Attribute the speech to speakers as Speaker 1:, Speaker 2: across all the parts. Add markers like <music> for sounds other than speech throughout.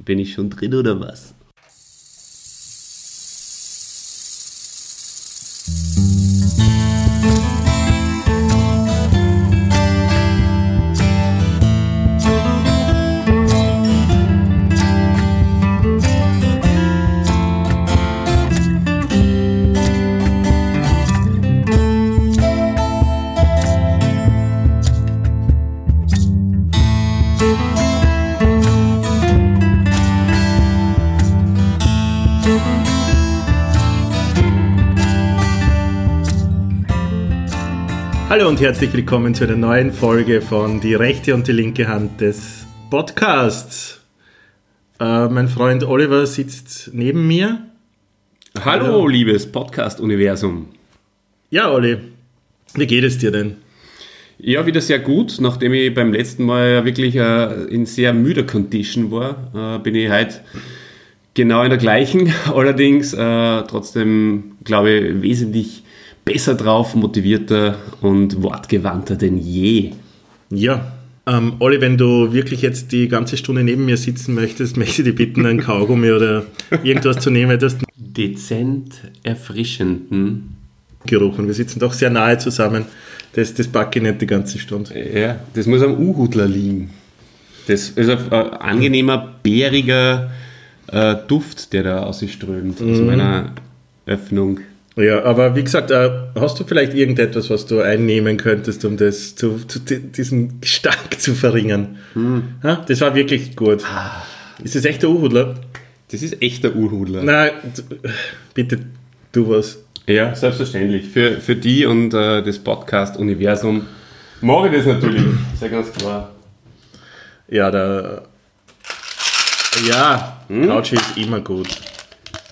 Speaker 1: Bin ich schon drin oder was?
Speaker 2: Hallo und herzlich willkommen zu einer neuen Folge von Die rechte und die linke Hand des Podcasts. Äh, mein Freund Oliver sitzt neben mir.
Speaker 1: Hallo, liebes Podcast-Universum.
Speaker 2: Ja, Olli, wie geht es dir denn?
Speaker 1: Ja, wieder sehr gut. Nachdem ich beim letzten Mal ja wirklich äh, in sehr müder Condition war, äh, bin ich heute genau in der gleichen. <laughs> Allerdings äh, trotzdem, glaube ich, wesentlich besser drauf, motivierter und wortgewandter denn je.
Speaker 2: Ja. Ähm, Olli, wenn du wirklich jetzt die ganze Stunde neben mir sitzen möchtest, <laughs> möchte ich dich bitten, ein Kaugummi oder irgendwas zu nehmen, das
Speaker 1: Dezent erfrischenden.
Speaker 2: Geruch. Und wir sitzen doch sehr nahe zusammen. Das, das packe ich nicht die ganze Stunde.
Speaker 1: Ja, das muss am Uhudler liegen. Das ist ein äh, angenehmer, bäriger äh, Duft, der da aus sich strömt, aus meiner Öffnung.
Speaker 2: Ja, aber wie gesagt, äh, hast du vielleicht irgendetwas, was du einnehmen könntest, um das zu, zu di- diesen Gestank zu verringern?
Speaker 1: Hm.
Speaker 2: Ha? Das war wirklich gut.
Speaker 1: Ah.
Speaker 2: Ist das echt der Uhudler?
Speaker 1: Das ist echter Urhudler.
Speaker 2: Nein, d- bitte du was.
Speaker 1: Ja, selbstverständlich. Für, für die und äh, das Podcast-Universum mache ich das natürlich. Ist ja ganz klar.
Speaker 2: Ja, da. Ja,
Speaker 1: Hm?
Speaker 2: Couchy ist immer gut.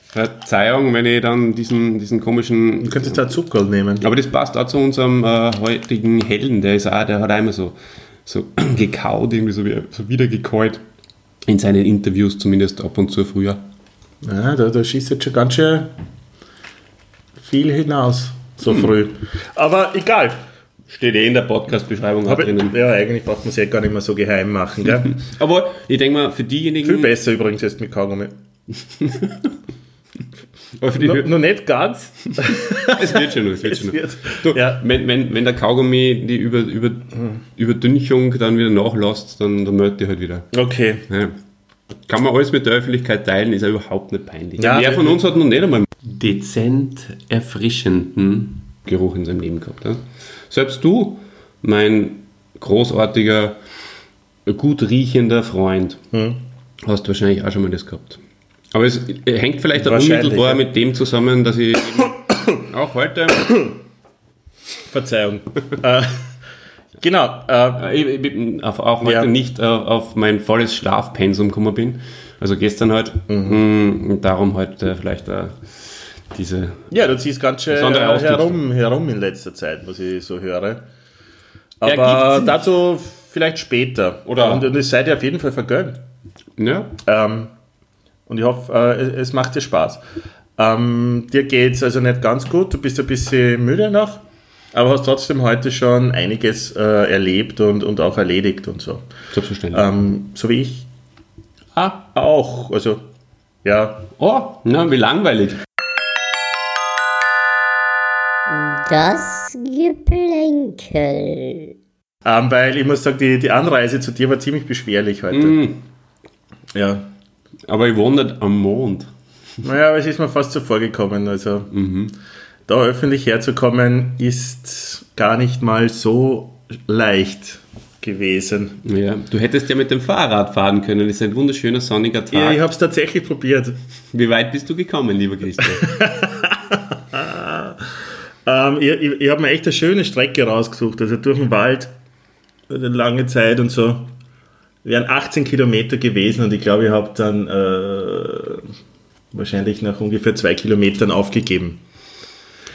Speaker 1: Verzeihung, wenn ich dann diesen, diesen komischen.
Speaker 2: Du könntest da Zuckerl nehmen.
Speaker 1: Aber das passt auch zu unserem äh, heutigen Helden, der ist auch, der hat auch immer so, so <clears throat> gekaut, irgendwie so, wie- so wiedergekäut. In seinen Interviews zumindest ab und zu früher.
Speaker 2: Ja, da, da schießt jetzt schon ganz schön viel hinaus,
Speaker 1: Hm.
Speaker 2: so früh. Aber egal.
Speaker 1: Steht eh in der Podcast-Beschreibung auch
Speaker 2: Aber,
Speaker 1: drinnen.
Speaker 2: ja, eigentlich braucht man es ja gar nicht mehr so geheim machen,
Speaker 1: <laughs>
Speaker 2: gell?
Speaker 1: Aber ich denke mal, für diejenigen.
Speaker 2: Viel besser übrigens jetzt mit Kaugummi.
Speaker 1: aber für die
Speaker 2: Nur nur nicht ganz.
Speaker 1: <laughs> Es wird schon, es wird schon.
Speaker 2: wird.
Speaker 1: Du,
Speaker 2: Ja.
Speaker 1: wenn, wenn, wenn der Kaugummi die Über, Über, Überdünchung dann wieder nachlässt, dann, dann meldet ihr halt wieder.
Speaker 2: Okay.
Speaker 1: Ja. Kann man alles mit der Öffentlichkeit teilen, ist ja überhaupt nicht peinlich.
Speaker 2: Ja,
Speaker 1: Wer
Speaker 2: wir-
Speaker 1: von uns hat noch nicht einmal dezent erfrischenden Geruch in seinem Leben gehabt? Ja? Selbst du, mein großartiger, gut riechender Freund, hast wahrscheinlich auch schon mal das gehabt. Aber es hängt vielleicht auch
Speaker 2: Wahrscheinlich,
Speaker 1: unmittelbar
Speaker 2: ja.
Speaker 1: mit dem zusammen, dass ich eben auch heute
Speaker 2: Verzeihung. äh, genau. Äh,
Speaker 1: Ich, ich bin auf, auch heute
Speaker 2: Ja.
Speaker 1: nicht äh, auf mein volles Schlafpensum gekommen bin. Also gestern halt.
Speaker 2: Mhm.
Speaker 1: Mm, und darum heute vielleicht äh, diese.
Speaker 2: ja, du ziehst ganz schön
Speaker 1: Besondere
Speaker 2: äh,
Speaker 1: Ausrüstung.
Speaker 2: herum, herum in letzter Zeit, was ich so höre.
Speaker 1: Ja,
Speaker 2: Aber
Speaker 1: gibt's-
Speaker 2: dazu vielleicht später.
Speaker 1: Oder-
Speaker 2: Und, und es seid ihr auf jeden Fall vergönnt.
Speaker 1: Ja,
Speaker 2: Ähm, und ich hoffe, äh, es- es macht dir Spaß. Ähm, dir geht es also nicht ganz gut, du bist ein bisschen müde noch, aber hast trotzdem heute schon einiges äh, erlebt und, und auch erledigt und so.
Speaker 1: selbstverständlich.
Speaker 2: Ähm, so wie ich
Speaker 1: Ah,
Speaker 2: auch. Also, ja,
Speaker 1: oh, na, wie langweilig.
Speaker 3: Das Geplänkel.
Speaker 2: ähm, weil ich muss sagen, die, die Anreise zu dir war ziemlich beschwerlich heute. Ja.
Speaker 1: Aber ich wohne nicht am Mond.
Speaker 2: Naja, aber es ist mir fast so vorgekommen. Also, da öffentlich herzukommen ist gar nicht mal so leicht gewesen.
Speaker 1: Ja, du hättest ja mit dem Fahrrad fahren können. Es ist ein wunderschöner sonniger Tag.
Speaker 2: Ja, ich habe es tatsächlich probiert.
Speaker 1: Wie weit bist du gekommen, lieber
Speaker 2: <laughs>
Speaker 1: Christian?
Speaker 2: Ähm, ich ich, ich habe mir echt eine schöne Strecke rausgesucht, also durch den Wald, eine lange Zeit und so. Wären 18 Kilometer gewesen und ich glaube, ich habe dann äh, wahrscheinlich nach ungefähr zwei Kilometern aufgegeben.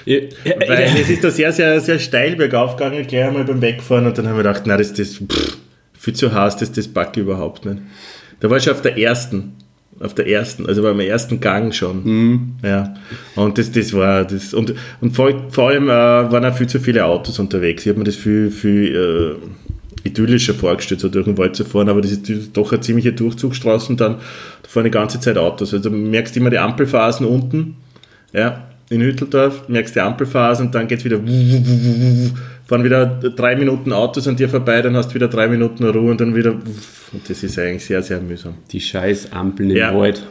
Speaker 1: Ja,
Speaker 2: <laughs> Weil es ist da sehr, sehr, sehr steil bergauf gegangen, gleich einmal beim Wegfahren und dann haben wir gedacht, na das das pff, viel zu heiß, das, das packe ich überhaupt nicht. Da war ich schon auf der ersten, auf der ersten, also beim ersten Gang schon. Ja. Und das, das war das. Und, und vor, vor allem äh, waren auch viel zu viele Autos unterwegs. Ich habe mir das viel, viel äh, idyllischer vorgestellt, so durch den Wald zu fahren, aber das ist doch eine ziemliche Durchzugsstraße und dann da fahren die ganze Zeit Autos. Also du merkst immer die Ampelphasen unten, ja, in Hütteldorf, merkst die Ampelphasen und dann geht's wieder wuh, wuh, wuh, wuh, wuh, fahren wieder drei Minuten Autos an dir vorbei, dann hast du wieder drei Minuten Ruhe und dann wieder wuff. und das ist eigentlich sehr, sehr mühsam.
Speaker 1: Die scheiß Ampeln
Speaker 2: Ja.
Speaker 1: im Wald.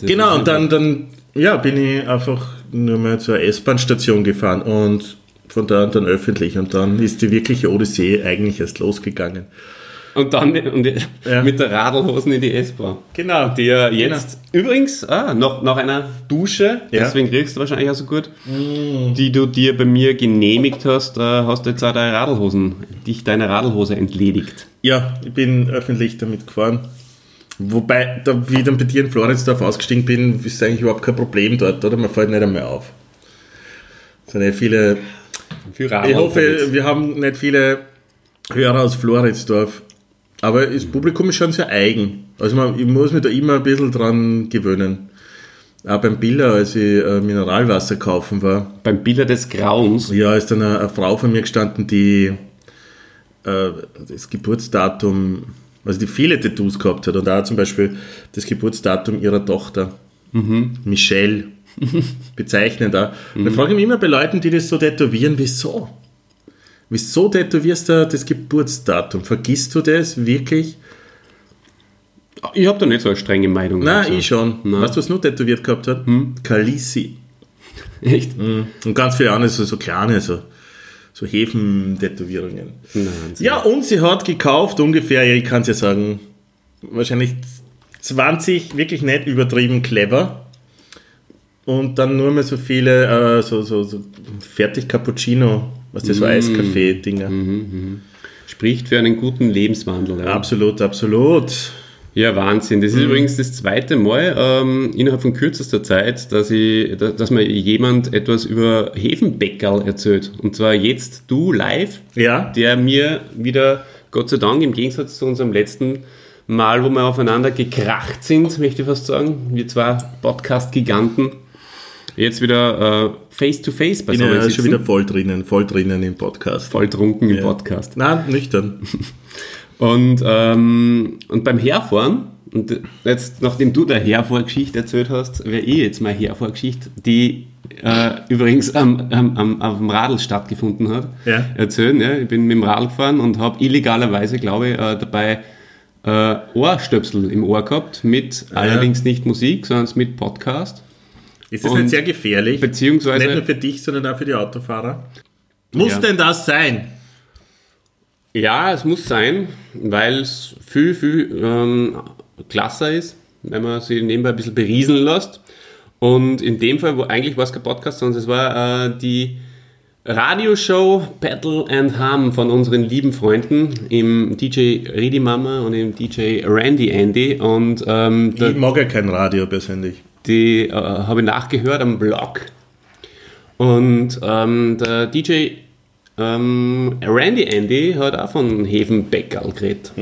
Speaker 1: Das
Speaker 2: Genau,
Speaker 1: ist
Speaker 2: und dann, dann ja, bin ich einfach nur mal zur S-Bahn-Station gefahren und von da an dann öffentlich. Und dann ist die wirkliche Odyssee eigentlich erst losgegangen.
Speaker 1: Und dann und
Speaker 2: Ja.
Speaker 1: mit der Radlhosen in die S-Bahn.
Speaker 2: Genau.
Speaker 1: Die ja jetzt übrigens ah, noch nach einer Dusche,
Speaker 2: Ja. Mm.
Speaker 1: deswegen kriegst du wahrscheinlich auch so gut, die du dir bei mir genehmigt hast, äh, hast du jetzt auch deine Radlhosen, dich deiner Radlhose entledigt.
Speaker 2: Ja, ich bin öffentlich damit gefahren. Wobei, da, wie ich dann bei dir in Floridsdorf ausgestiegen bin, ist eigentlich überhaupt kein Problem dort, oder? Man fällt nicht einmal auf. Es sind ja viele.
Speaker 1: Für
Speaker 2: Ich hoffe, wir haben nicht viele Hörer aus Floridsdorf. Aber das Publikum ist schon sehr eigen. Also man, ich muss mich da immer ein bisschen dran gewöhnen. Auch beim Biller, als ich äh, Mineralwasser kaufen war,
Speaker 1: beim Bilder des Grauens.
Speaker 2: ja, ist dann eine, eine Frau von mir gestanden, die äh, das Geburtsdatum, also die viele Tattoos gehabt hat und da zum Beispiel das Geburtsdatum ihrer Tochter, Michelle, bezeichnend auch. Und Da frage ich mich immer bei Leuten, die das so tätowieren, wieso? Wieso tätowierst du das Geburtsdatum? Vergisst du das wirklich?
Speaker 1: Ich habe da nicht so eine strenge Meinung.
Speaker 2: Nein,
Speaker 1: also.
Speaker 2: ich schon.
Speaker 1: Nein.
Speaker 2: Weißt du, was nur tätowiert gehabt hat? Kalisi.
Speaker 1: Echt?
Speaker 2: Und ganz viele andere, so, so kleine, so, so Häfen-Tätowierungen.
Speaker 1: Wahnsinn.
Speaker 2: Ja, und sie hat gekauft ungefähr, ja, ich kann es ja sagen, wahrscheinlich 20, wirklich nicht übertrieben clever. Und dann nur mehr so viele, äh, so, so, so fertig Cappuccino, was das so
Speaker 1: Mm.
Speaker 2: Eiskaffee-Dinger.
Speaker 1: Mhm. Spricht für einen guten Lebenswandel. Ja.
Speaker 2: Absolut, absolut.
Speaker 1: Ja, Wahnsinn.
Speaker 2: Mm.
Speaker 1: Das ist übrigens das zweite Mal ähm, innerhalb von kürzester Zeit, dass, ich, da- dass mir jemand etwas über Hefenbäckerl erzählt. Und zwar jetzt du live,
Speaker 2: Ja,
Speaker 1: der mir wieder, Gott sei Dank, im Gegensatz zu unserem letzten Mal, wo wir aufeinander gekracht sind, möchte ich fast sagen, wir zwei Podcast-Giganten, jetzt wieder äh, face-to-face
Speaker 2: bin
Speaker 1: beisammen
Speaker 2: ja schon
Speaker 1: sitzen.
Speaker 2: wieder voll drinnen, voll drinnen im Podcast.
Speaker 1: voll trunken im
Speaker 2: Ja.
Speaker 1: Podcast.
Speaker 2: Nein, nüchtern.
Speaker 1: Und, ähm, und beim Herfahren, und jetzt, nachdem du der Herfahrgeschichte erzählt hast, wäre ich jetzt meine Herfahrgeschichte, die äh, übrigens am, am, am, auf dem Radl stattgefunden hat,
Speaker 2: Ja.
Speaker 1: erzählen. Ja. Ich bin mit dem Radl gefahren und habe illegalerweise, glaube ich, äh, dabei äh, Ohrstöpsel im Ohr gehabt, mit allerdings nicht Musik, sondern mit Podcast.
Speaker 2: Ist das
Speaker 1: Und-
Speaker 2: nicht sehr gefährlich?
Speaker 1: Beziehungsweise-
Speaker 2: Nicht nur für dich, sondern auch für die Autofahrer. Muss
Speaker 1: Ja.
Speaker 2: denn das sein?
Speaker 1: Ja, es muss sein, weil es viel, viel ähm, klasser ist, wenn man sie nebenbei ein bisschen berieseln lässt. Und in dem Fall, wo eigentlich war es kein Podcast, sondern es war äh, die Radioshow Battle and Hum von unseren lieben Freunden, im DJ Ridi Mama und im DJ Randy Andy. Und ähm, da-
Speaker 2: Ich mag ja kein Radio persönlich.
Speaker 1: die äh, habe ich nachgehört am Blog. Und ähm, der DJ ähm, Randy Andy hat auch von Hefenbeckerl geredet.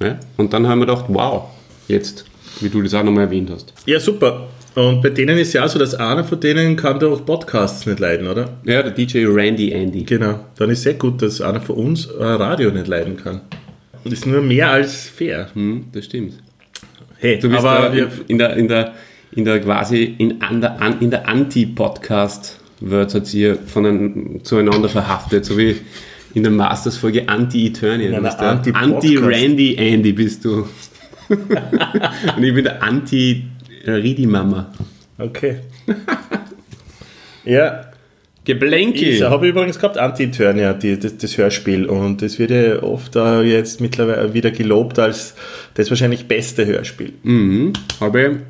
Speaker 1: Ja? Und dann haben wir gedacht, wow, jetzt, wie du das auch nochmal erwähnt hast.
Speaker 2: Ja, super. Und bei denen ist ja auch so, dass einer von denen kann doch auch Podcasts nicht leiden, oder?
Speaker 1: Ja, der DJ Randy Andy.
Speaker 2: Genau. Dann ist sehr gut, dass einer von uns äh, Radio nicht leiden kann. Und ist nur mehr als fair.
Speaker 1: Hm, das stimmt.
Speaker 2: Hey,
Speaker 1: Du bist
Speaker 2: aber
Speaker 1: da
Speaker 2: wir,
Speaker 1: in der, in der, in der quasi in, an der, an, in der Anti-Podcast wird hat ihr vonein- zueinander verhaftet, so wie in der Masters-Folge Anti-Eternian.
Speaker 2: Ja,
Speaker 1: Du
Speaker 2: der
Speaker 1: bist der
Speaker 2: Anti-Podcast.
Speaker 1: Anti-Randy-Andy
Speaker 2: <laughs>
Speaker 1: bist du. Und ich bin der Anti-Ridi-Mama.
Speaker 2: okay. <laughs> ja, ich
Speaker 1: Geblänke!
Speaker 2: habe übrigens gehabt Anti-Eternia, die, das, das Hörspiel. Und das wird ja oft äh, jetzt mittlerweile wieder gelobt als das wahrscheinlich beste Hörspiel.
Speaker 1: Habe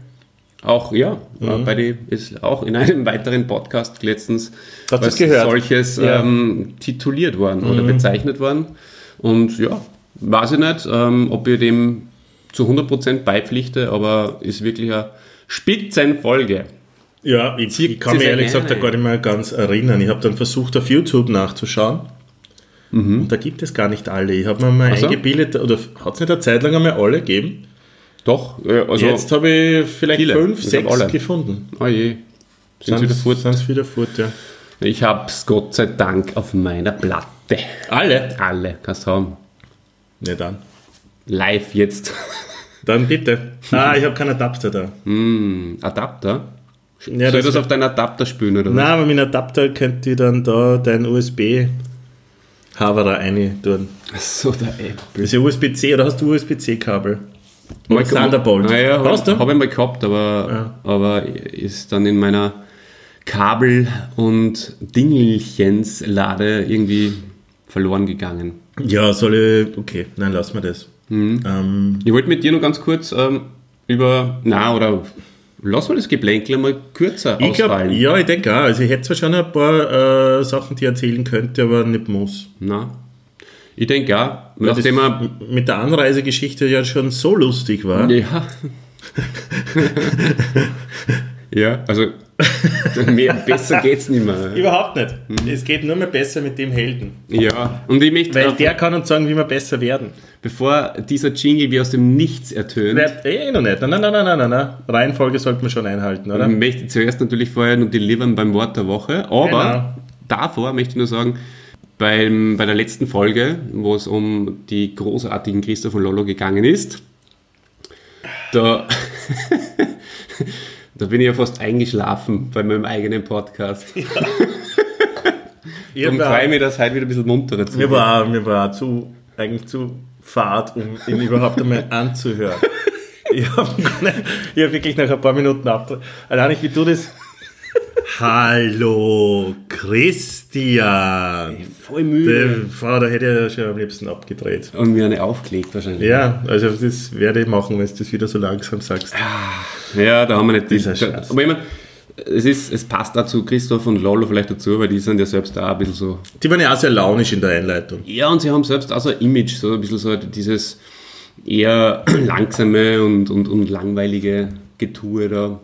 Speaker 1: auch, ja, äh,
Speaker 2: Mhm.
Speaker 1: bei die, ist auch in einem <laughs> weiteren Podcast letztens
Speaker 2: Hast du's
Speaker 1: als
Speaker 2: gehört?
Speaker 1: solches
Speaker 2: Ja. Mhm.
Speaker 1: ähm, tituliert worden oder bezeichnet worden. Und ja, weiß ich nicht, ähm, ob ich dem zu 100% beipflichte, aber ist wirklich eine Spitzenfolge.
Speaker 2: Ja, ich,
Speaker 1: Sie-
Speaker 2: ich kann
Speaker 1: Sie
Speaker 2: mich
Speaker 1: sagen,
Speaker 2: ehrlich gesagt da
Speaker 1: nein,
Speaker 2: gar nicht mehr ganz erinnern. Ich habe dann versucht, auf YouTube nachzuschauen. Und da gibt es gar nicht alle. Ich habe mir mal
Speaker 1: Mhm. so.
Speaker 2: eingebildet, oder hat es nicht eine Zeit lang einmal alle gegeben?
Speaker 1: Doch, äh, also,
Speaker 2: Jetzt habe ich vielleicht
Speaker 1: Viele.
Speaker 2: fünf,
Speaker 1: Ich hab
Speaker 2: sechs
Speaker 1: alle.
Speaker 2: gefunden.
Speaker 1: oh je, sind sie wieder
Speaker 2: Sind's
Speaker 1: fort.
Speaker 2: sind's wieder fort, ja.
Speaker 1: Ich hab's Gott sei Dank auf meiner Platte.
Speaker 2: Alle?
Speaker 1: Alle, kannst haben.
Speaker 2: Ja, dann.
Speaker 1: Live jetzt. <laughs>
Speaker 2: Dann bitte. Ah, ich habe keinen Adapter da.
Speaker 1: Mm, Adapter?
Speaker 2: Ja,
Speaker 1: Soll
Speaker 2: das
Speaker 1: das auf deinen Adapter spielen oder
Speaker 2: Nein, aber mit einem Adapter könnt ihr dann da dein USB-Haber da rein tun.
Speaker 1: was? So der Apple.
Speaker 2: Das ist ja USB-C oder hast du USB-C-Kabel? Oder Thunderbolt.
Speaker 1: Naja,
Speaker 2: hast du?
Speaker 1: Habe ich mal gehabt, aber, aber ist dann in meiner Kabel- und Dingelchenslade irgendwie verloren gegangen.
Speaker 2: Ja, soll ich. Okay, nein, lass mal das.
Speaker 1: Mhm.
Speaker 2: Ähm,
Speaker 1: Ich wollte mit dir noch ganz kurz ähm, über. Na, oder lass mal das Geplänkel mal kürzer
Speaker 2: ich glaube,
Speaker 1: ausfallen.
Speaker 2: ja, ich denke auch. Also, ich hätte zwar schon ein paar äh, Sachen, die ich erzählen könnte, aber nicht muss.
Speaker 1: Na, ich denke ja,
Speaker 2: Weil das
Speaker 1: nachdem wir.
Speaker 2: m- mit der Anreisegeschichte ja schon so lustig war. <laughs>
Speaker 1: Ja. ja, also mehr, besser geht's nicht mehr.
Speaker 2: Überhaupt nicht.
Speaker 1: Mhm.
Speaker 2: Es geht nur mehr besser mit dem Helden.
Speaker 1: Ja, und ich möchte,
Speaker 2: Weil
Speaker 1: auch-
Speaker 2: der kann uns sagen, wie wir besser werden.
Speaker 1: bevor dieser Jingle wie aus dem Nichts ertönt,
Speaker 2: Wer- Eh, noch nicht. Nein, nein, nein, nein, nein, nein. Reihenfolge sollten wir schon einhalten, oder?
Speaker 1: ähm, möchte ich zuerst natürlich vorher nur delivern beim Wort der Woche, aber
Speaker 2: Genau.
Speaker 1: davor möchte ich nur sagen, beim, bei der letzten Folge, wo es um die großartigen Christoph und Lollo gegangen ist, da, <laughs> da bin ich ja fast eingeschlafen bei meinem eigenen Podcast.
Speaker 2: Ihr
Speaker 1: Und freue mich, dass heute wieder ein bisschen munterer zu
Speaker 2: Mir war, mir war zu, eigentlich zu fad, um ihn überhaupt einmal anzuhören. Ich habe hab wirklich nach ein paar Minuten ab. Allein nicht, wie du das. Hallo, Christian.
Speaker 1: Voll müde.
Speaker 2: Der Frau, da hätte er ja schon am liebsten abgedreht.
Speaker 1: Und mir eine aufgelegt wahrscheinlich.
Speaker 2: Ja, also das werde ich machen, wenn du das wieder so langsam sagst.
Speaker 1: Ja, da haben wir nicht die.
Speaker 2: Dieser
Speaker 1: Da,
Speaker 2: Scheiß.
Speaker 1: aber ich meine, es, ist, es passt dazu Christoph und Lolo vielleicht dazu, weil die sind ja selbst da ein bisschen so.
Speaker 2: Die waren ja auch sehr launisch in der Einleitung.
Speaker 1: Ja, und sie haben selbst auch so ein Image, so ein bisschen so halt dieses eher <clears throat> langsame und, und, und langweilige Getue da.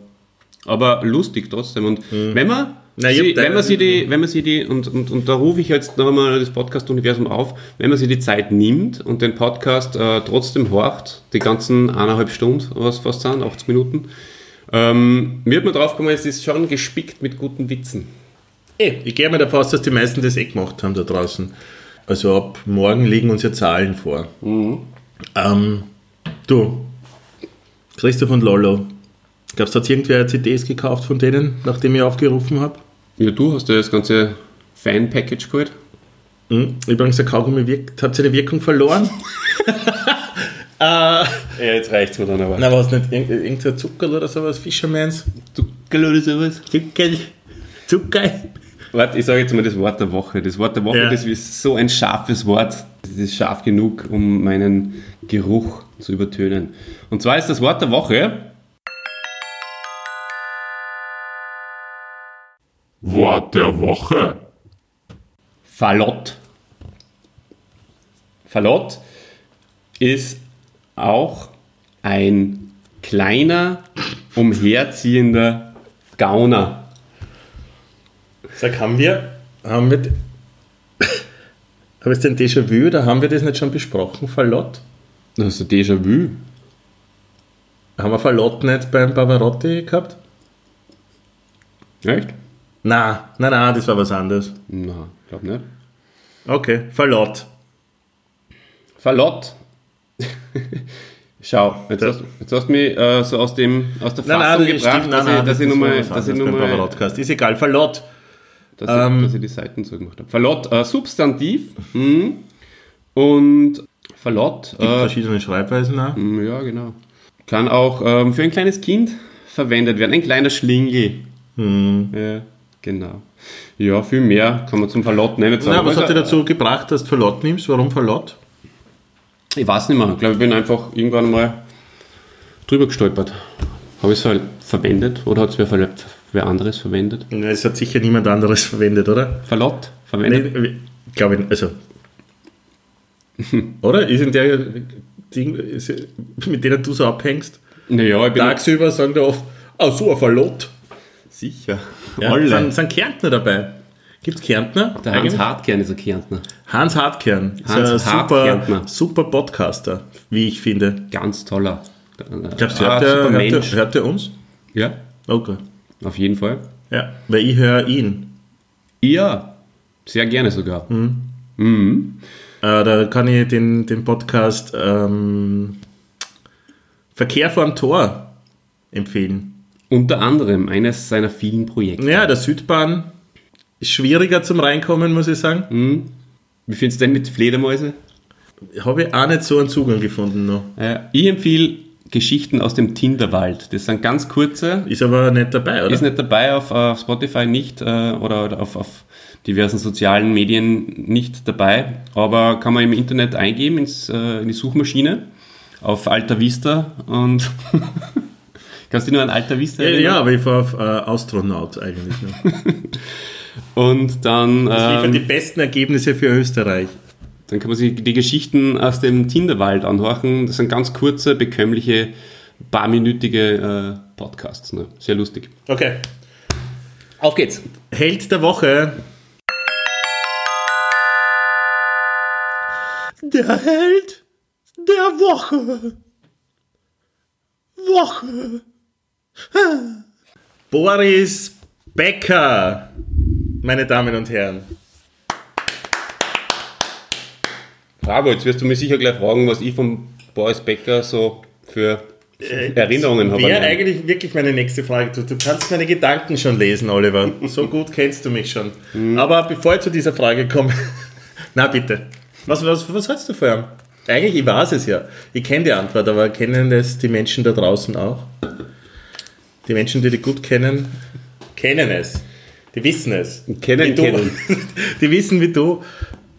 Speaker 1: Aber lustig trotzdem. Und wenn man.
Speaker 2: Mhm. Na, ich
Speaker 1: sie,
Speaker 2: hab da-
Speaker 1: wenn man sie die, wenn man sie die, und, und, und da rufe ich jetzt noch einmal das Podcast-Universum auf, wenn man sie die Zeit nimmt und den Podcast äh, trotzdem horcht, die ganzen eineinhalb Stunden, was fast sind, 80 Minuten, ähm, wird man drauf kommen, es ist schon gespickt mit guten Witzen.
Speaker 2: Eh, ich gehe mal davon aus, dass die meisten das eh gemacht haben da draußen. Also ab morgen liegen uns ja Zahlen vor. Ähm, du, Christoph und Lollo, gab es da irgendwer CDs gekauft von denen, nachdem ich aufgerufen habe?
Speaker 1: Ja, du hast ja das ganze Fan-Package geholt.
Speaker 2: Hm? Übrigens, der Kaugummi wirkt, hat seine Wirkung <laughs> verloren.
Speaker 1: Ja, jetzt reicht's mir dann aber.
Speaker 2: Na, was nicht? Irgend, irgendein Zuckerl oder sowas? Fishermans?
Speaker 1: Zuckerl oder sowas?
Speaker 2: Zuckerl? Zuckerl?
Speaker 1: Warte, ich sage jetzt mal das Wort der Woche. Das Wort der Woche,
Speaker 2: Ja.
Speaker 1: das ist so ein scharfes Wort. Das ist scharf genug, um meinen Geruch zu übertönen. Und zwar ist das Wort der Woche.
Speaker 4: Wort der Woche.
Speaker 1: Fallott. Fallott ist auch ein kleiner, umherziehender Gauner.
Speaker 2: Sag, haben wir, haben <laughs> wir, habe ich denn Déjà-vu oder haben wir das nicht schon besprochen, Fallott?
Speaker 1: Das ist ein Déjà-vu.
Speaker 2: Haben wir Fallott nicht beim Pavarotti gehabt?
Speaker 1: Echt?
Speaker 2: Na, na, na, das war was anderes.
Speaker 1: Na, glaub nicht.
Speaker 2: Okay, Fallott.
Speaker 1: Verlott. <laughs> Schau, jetzt hast, jetzt hast du mich äh, so aus, dem, aus der
Speaker 2: Na, na,
Speaker 1: Fassung gebracht, dass, ich, dass,
Speaker 2: ist
Speaker 1: ich nur mal,
Speaker 2: was
Speaker 1: dass, ich
Speaker 2: anderes
Speaker 1: nur
Speaker 2: beim
Speaker 1: mal,
Speaker 2: Pavarotti-Cast. Ist egal, Fallott.
Speaker 1: dass,
Speaker 2: Ähm.
Speaker 1: ich, dass ich die Seiten zugemacht habe. Verlott, äh, Substantiv mhm. und Verlott,
Speaker 2: Gibt
Speaker 1: äh,
Speaker 2: verschiedene Schreibweisen auch.
Speaker 1: m, ja genau, kann auch ähm, für ein kleines Kind verwendet werden, ein kleiner Schlingel.
Speaker 2: Hm.
Speaker 1: Ja, genau. Ja, viel mehr kann man zum Verlott nicht sagen.
Speaker 2: Na, was
Speaker 1: Also,
Speaker 2: hat dir dazu gebracht, dass du Fallott nimmst? Warum Fallott?
Speaker 1: Ich weiß nicht mehr. Ich glaube, ich bin einfach irgendwann mal drüber gestolpert. Habe ich es ver verwendet oder hat es wer, ver wer anderes verwendet?
Speaker 2: Es hat sicher niemand anderes <laughs> verwendet, oder?
Speaker 1: Verlott? Verwendet?
Speaker 2: Nee, glaube ich,
Speaker 1: <laughs>
Speaker 2: also. oder? Ist in der Ding, ist, mit denen du so abhängst?
Speaker 1: Naja, ich bin
Speaker 2: Tagsüber sagen da oft, ah, so ein Fallott.
Speaker 1: sicher.
Speaker 2: Ja,
Speaker 1: Alle.
Speaker 2: Sind, sind Kärntner dabei? Gibt es Kärntner?
Speaker 1: der Hans
Speaker 2: Eigentlich?
Speaker 1: Hartkern ist ein Kärntner.
Speaker 2: Hans Hartkern. Ist
Speaker 1: Hans
Speaker 2: ein
Speaker 1: Hartkärntner.
Speaker 2: super, super Podcaster, wie ich finde.
Speaker 1: Ganz toller.
Speaker 2: Glaubst du,
Speaker 1: Ah,
Speaker 2: hört, der,
Speaker 1: super
Speaker 2: hört, der,
Speaker 1: Mensch.
Speaker 2: hört der uns?
Speaker 1: Ja,
Speaker 2: Okay.
Speaker 1: auf jeden Fall.
Speaker 2: Ja, weil ich höre ihn.
Speaker 1: Ja, sehr gerne sogar. Mhm.
Speaker 2: Äh, da kann ich den, den Podcast ähm, Verkehr vor dem Tor empfehlen.
Speaker 1: Unter anderem eines seiner vielen Projekte.
Speaker 2: Ja, der Südbahn ist schwieriger zum Reinkommen, muss ich sagen.
Speaker 1: Mhm. Wie findest du denn mit Fledermäuse?
Speaker 2: Habe ich auch nicht so einen Zugang gefunden noch.
Speaker 1: Äh, ich empfehle Geschichten aus dem Tinderwald. Das sind ganz kurze,
Speaker 2: Ist aber nicht dabei, oder?
Speaker 1: ist nicht dabei auf, auf Spotify nicht äh, oder, oder auf, auf diversen sozialen Medien nicht dabei, aber kann man im Internet eingeben ins, äh, in die Suchmaschine auf Alta Vista und <laughs> kannst du dich nur an Alta Vista
Speaker 2: ja,
Speaker 1: erinnern?
Speaker 2: ja, aber ich war auf äh, Astronaut eigentlich.
Speaker 1: <laughs>
Speaker 2: Ne?
Speaker 1: Und dann,
Speaker 2: Das liefert die
Speaker 1: ähm,
Speaker 2: besten Ergebnisse für Österreich.
Speaker 1: dann kann man sich die Geschichten aus dem Tinderwald anhorchen. Das sind ganz kurze, bekömmliche, paarminütige äh, Podcasts. Ne? Sehr lustig.
Speaker 2: Okay.
Speaker 1: Auf geht's.
Speaker 2: Held der Woche. Der Held der Woche. Woche. Boris Becker, meine Damen und Herren.
Speaker 1: Bravo, jetzt wirst du mich sicher gleich fragen, was ich von Boris Becker so für Erinnerungen habe.
Speaker 2: Wäre
Speaker 1: an ihn.
Speaker 2: Äh, eigentlich wirklich meine nächste Frage. Du, du kannst meine Gedanken schon lesen, Oliver. So
Speaker 1: <laughs>
Speaker 2: gut kennst du mich schon.
Speaker 1: Mhm.
Speaker 2: Aber bevor ich zu dieser Frage komme, <laughs> na bitte. Was, was, was hältst du von ihm? Eigentlich, ich weiß es ja. Ich kenne die Antwort, aber kennen das die Menschen da draußen auch? Die Menschen, die dich gut kennen, kennen es. Die wissen es.
Speaker 1: Kennen,
Speaker 2: wie du,
Speaker 1: kennen.
Speaker 2: <laughs> Die wissen, wie du,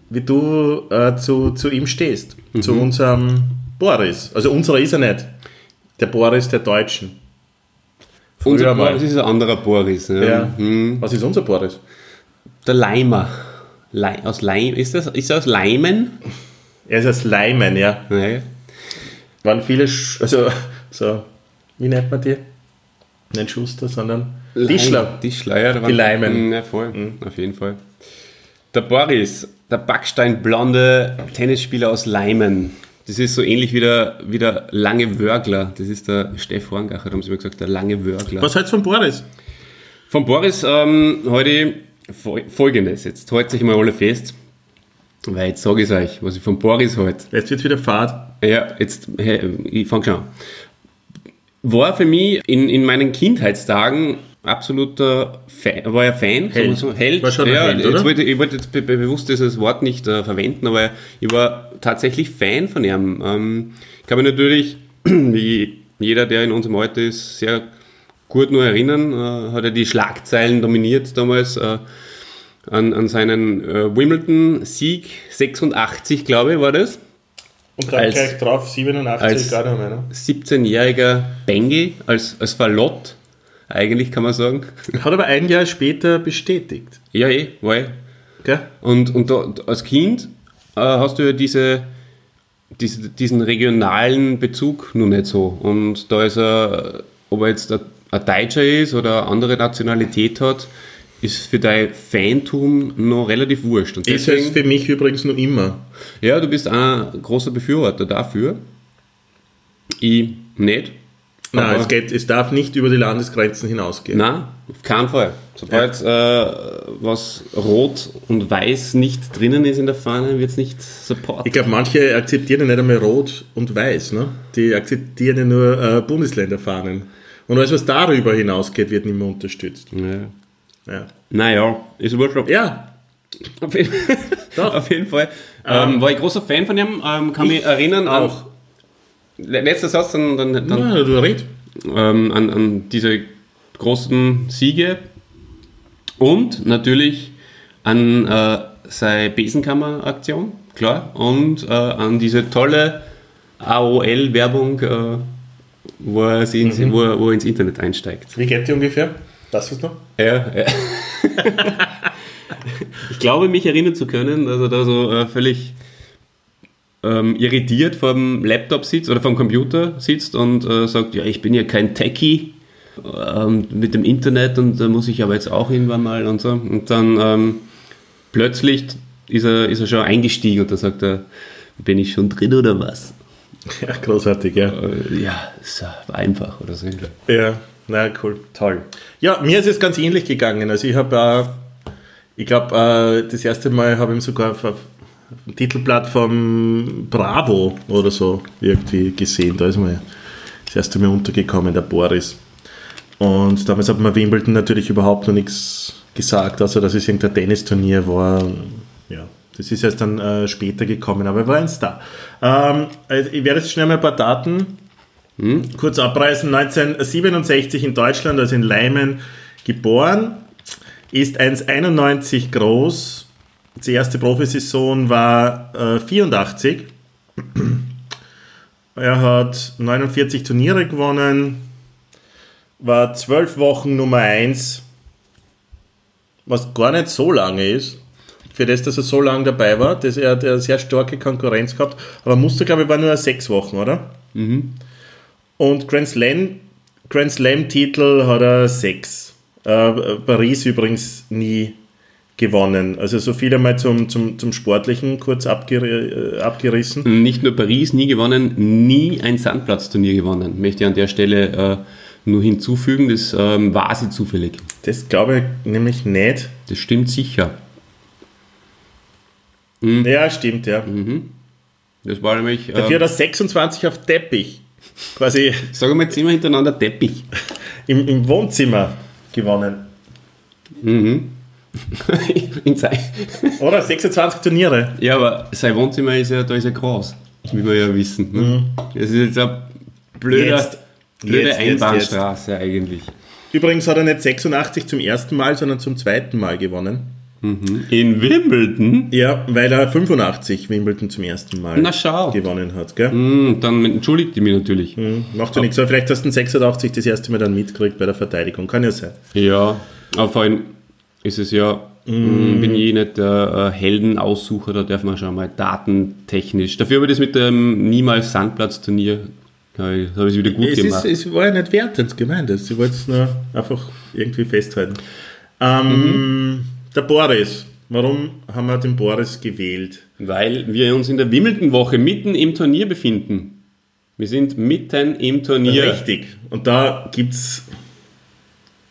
Speaker 2: wie du äh, zu, zu ihm stehst.
Speaker 1: Mhm.
Speaker 2: Zu unserem Boris. Also unserer ist er nicht. Der Boris der Deutschen.
Speaker 1: Unser
Speaker 2: früher mal.
Speaker 1: Boris ist ein anderer Boris. Ne?
Speaker 2: Ja.
Speaker 1: Mhm.
Speaker 2: Was ist unser Boris?
Speaker 1: Der Leimer. Lei- aus Leim, ist, das, ist er aus Leimen?
Speaker 2: Er ist als Leimen, ja.
Speaker 1: Nein.
Speaker 2: Waren viele, Sch also <laughs> so, wie nennt man die? Nicht Schuster, sondern Tischler.
Speaker 1: Tischler, ja. da waren-
Speaker 2: Die Leimen. Hm.
Speaker 1: Mhm, Ja, voll. Auf jeden Fall. Der Boris, der backsteinblonde Tennisspieler aus Leimen. Das ist so ähnlich wie der, wie der lange Wörgler. Das ist der Steff Horngacher, da haben sie mir gesagt, der lange Wörgler.
Speaker 2: Was hältst du von Boris?
Speaker 1: Von Boris ähm, heute fol- folgendes. Jetzt haltet sich mal alle fest, weil jetzt sage ich euch, was ich von Boris heute.
Speaker 2: Jetzt wird wieder Fahrt.
Speaker 1: Ja, jetzt, hä, ich fange schon an. War für mich in, in meinen Kindheitstagen absoluter Fan, war ja Fan, sagen wir so. Held.
Speaker 2: War schon ein
Speaker 1: ja,
Speaker 2: Held,
Speaker 1: jetzt
Speaker 2: oder?
Speaker 1: wollte, ich wollte jetzt be be bewusst dieses Wort nicht äh, verwenden, aber ich war tatsächlich Fan von ihm. Ähm, ich kann mich natürlich, <clears throat> wie jeder, der in unserem Alter ist, sehr gut nur erinnern, äh, hat er die Schlagzeilen dominiert damals. Äh, an, an seinen äh, Wimbledon-Sieg 86, glaube ich, war das.
Speaker 2: Und dann
Speaker 1: Als-
Speaker 2: gleich drauf, 87,
Speaker 1: als-
Speaker 2: gar nicht mehr. Ne?
Speaker 1: 17-jähriger Bengel als, als Verlott, eigentlich kann man sagen.
Speaker 2: Hat aber ein Jahr später bestätigt.
Speaker 1: ja, eh, war eh.
Speaker 2: Gell?
Speaker 1: Und, und da, als Kind äh, hast du ja diese, diese, diesen regionalen Bezug nur nicht so. Und da ist er, ob er jetzt ein, ein Deutscher ist oder eine andere Nationalität hat, ist für dein Fantum noch relativ wurscht. Und
Speaker 2: Ist es für mich übrigens nur immer.
Speaker 1: Ja, du bist ein großer Befürworter dafür. Ich nicht.
Speaker 2: Nein,
Speaker 1: Aber-
Speaker 2: es, geht, es darf nicht über die Landesgrenzen hinausgehen.
Speaker 1: Na, auf keinen Fall. Sobald äh, was rot und weiß nicht drinnen ist in der Fahne, wird es nicht
Speaker 2: Ich
Speaker 1: supportet.
Speaker 2: glaube, manche akzeptieren ja nicht einmal Rot und Weiß. Ne? Die akzeptieren ja nur äh, Bundesländerfahnen. Und alles, was darüber hinausgeht, wird nicht mehr unterstützt.
Speaker 1: Ja.
Speaker 2: Ja,
Speaker 1: Naja, ist wurscht. ob-
Speaker 2: ja
Speaker 1: Auf, jeden-
Speaker 2: Doch.
Speaker 1: auf jeden Fall. Ähm, war ich großer Fan von ihm, ähm, kann mich erinnern
Speaker 2: auch.
Speaker 1: an. Le- Letzter Satz, dann, dann, dann
Speaker 2: Na, du redest.
Speaker 1: ähm, an, an diese großen Siege und natürlich an äh, seine Besenkammer-Aktion, klar, und äh, an diese tolle AOL-Werbung, äh, wo, er sie ins, wo, er- wo er ins Internet einsteigt.
Speaker 2: Wie geht die ungefähr? Das was noch?
Speaker 1: Ja, ja. <laughs> ich glaube, mich erinnern zu können, dass er da so äh, völlig ähm, irritiert vor dem Laptop sitzt oder vom Computer sitzt und äh, sagt, ja, ich bin ja kein Techie ähm, mit dem Internet und da muss ich aber jetzt auch irgendwann mal und so. Und dann ähm, plötzlich ist er, ist er schon eingestiegen und da sagt er, bin ich schon drin oder was?
Speaker 2: <laughs> Ja, großartig, ja.
Speaker 1: Äh, ja, ist ja einfach oder so.
Speaker 2: Ja, na cool.
Speaker 1: Toll.
Speaker 2: Ja, mir ist es ganz ähnlich gegangen. Also ich habe, äh, ich glaube, äh, das erste Mal habe ich ihn sogar auf, auf Titelblatt vom Bravo oder so irgendwie gesehen. Da ist mir das erste Mal untergekommen, der Boris. Und damals hat man Wimbledon natürlich überhaupt noch nichts gesagt, außer dass es irgendein Tennisturnier war. Ja, das ist erst dann äh, später gekommen, aber er war ein Star. Ähm, also ich werde jetzt schnell mal ein paar Daten kurz abreißen. 1967 in Deutschland, also in Leimen, geboren, ist 1,91 groß. Die erste Profisaison war äh, 84. Er hat 49 Turniere gewonnen, war 12 Wochen Nummer 1, was gar nicht so lange ist. Für das, dass er so lange dabei war, dass er hat eine sehr starke Konkurrenz gehabt, aber Muster, glaube ich, war nur 6 Wochen, oder? Und Grand Slam, Grand Slam Titel hat er sechs. Äh, Paris übrigens nie gewonnen. Also so viel einmal zum, zum, zum Sportlichen kurz abger äh, abgerissen.
Speaker 1: Nicht nur Paris nie gewonnen, nie ein Sandplatzturnier gewonnen. Möchte ich an der Stelle äh, nur hinzufügen, das ähm, war sie zufällig.
Speaker 2: Das glaube ich nämlich nicht.
Speaker 1: Das stimmt sicher. Mhm.
Speaker 2: Ja, stimmt, ja.
Speaker 1: Das war nämlich,
Speaker 2: Dafür hat
Speaker 1: äh,
Speaker 2: er 26 auf Teppich. Quasi
Speaker 1: sagen wir mal, zehnmal hintereinander Teppich. <laughs>
Speaker 2: im, im Wohnzimmer gewonnen.
Speaker 1: In sein-
Speaker 2: Oder 26 Turniere.
Speaker 1: ja, aber sein Wohnzimmer ist ja, da ist ja groß, wie wir ja wissen. Ne? Das ist jetzt ein blöder,
Speaker 2: Jetzt.
Speaker 1: blöde
Speaker 2: Jetzt, jetzt, jetzt.
Speaker 1: Einbahnstraße eigentlich.
Speaker 2: Übrigens hat er nicht 86 zum ersten Mal, sondern zum zweiten Mal gewonnen.
Speaker 1: In Wimbledon?
Speaker 2: Ja, weil er 85 Wimbledon zum ersten Mal
Speaker 1: Na schau.
Speaker 2: gewonnen hat. Gell?
Speaker 1: Hm, dann entschuldigt die mich natürlich.
Speaker 2: Macht ja nichts, aber vielleicht hast du den 86 das erste Mal dann mitgekriegt bei der Verteidigung. Kann ja sein.
Speaker 1: Ja, aber vor allem ist es ja,
Speaker 2: Mm.
Speaker 1: mh, bin ich nicht der äh, Heldenaussucher, da darf man schon mal datentechnisch. Dafür habe ich das mit dem niemals Sandplatzturnier, habe ich es wieder gut
Speaker 2: Es, ist,
Speaker 1: gemacht.
Speaker 2: es war ja nicht wertend gemeint. Sie wollten es nur einfach irgendwie festhalten. Ähm,
Speaker 1: Mhm.
Speaker 2: Der Boris. Warum haben wir den Boris gewählt?
Speaker 1: Weil wir uns in der Wimbledon-Woche mitten im Turnier befinden. Wir sind mitten im Turnier.
Speaker 2: Richtig. Und da gibt es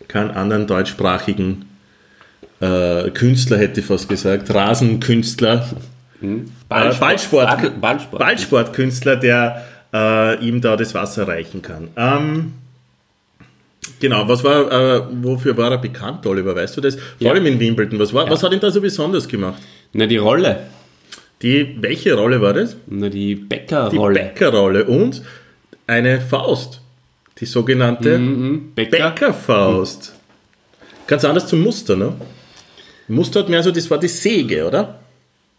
Speaker 2: keinen anderen deutschsprachigen äh, Künstler, hätte ich fast gesagt. Rasenkünstler. Äh, Ballsport.
Speaker 1: Ball- Ballsport.
Speaker 2: Ballsportkünstler, der äh, ihm da das Wasser reichen kann. Ähm, genau, was war, äh, wofür war er bekannt, Oliver? Weißt du das? Vor
Speaker 1: Ja.
Speaker 2: allem in Wimbledon. Was, war, was hat ihn da so besonders gemacht?
Speaker 1: Na, die Rolle.
Speaker 2: Die, welche Rolle war das?
Speaker 1: Na,
Speaker 2: Die
Speaker 1: die Bäckerrolle.
Speaker 2: Bäckerrolle und eine Faust. Die sogenannte
Speaker 1: Hm, Bäcker.
Speaker 2: Bäckerfaust. Ganz anders zum Muster, ne? Muster hat mehr so, das war die Säge, oder?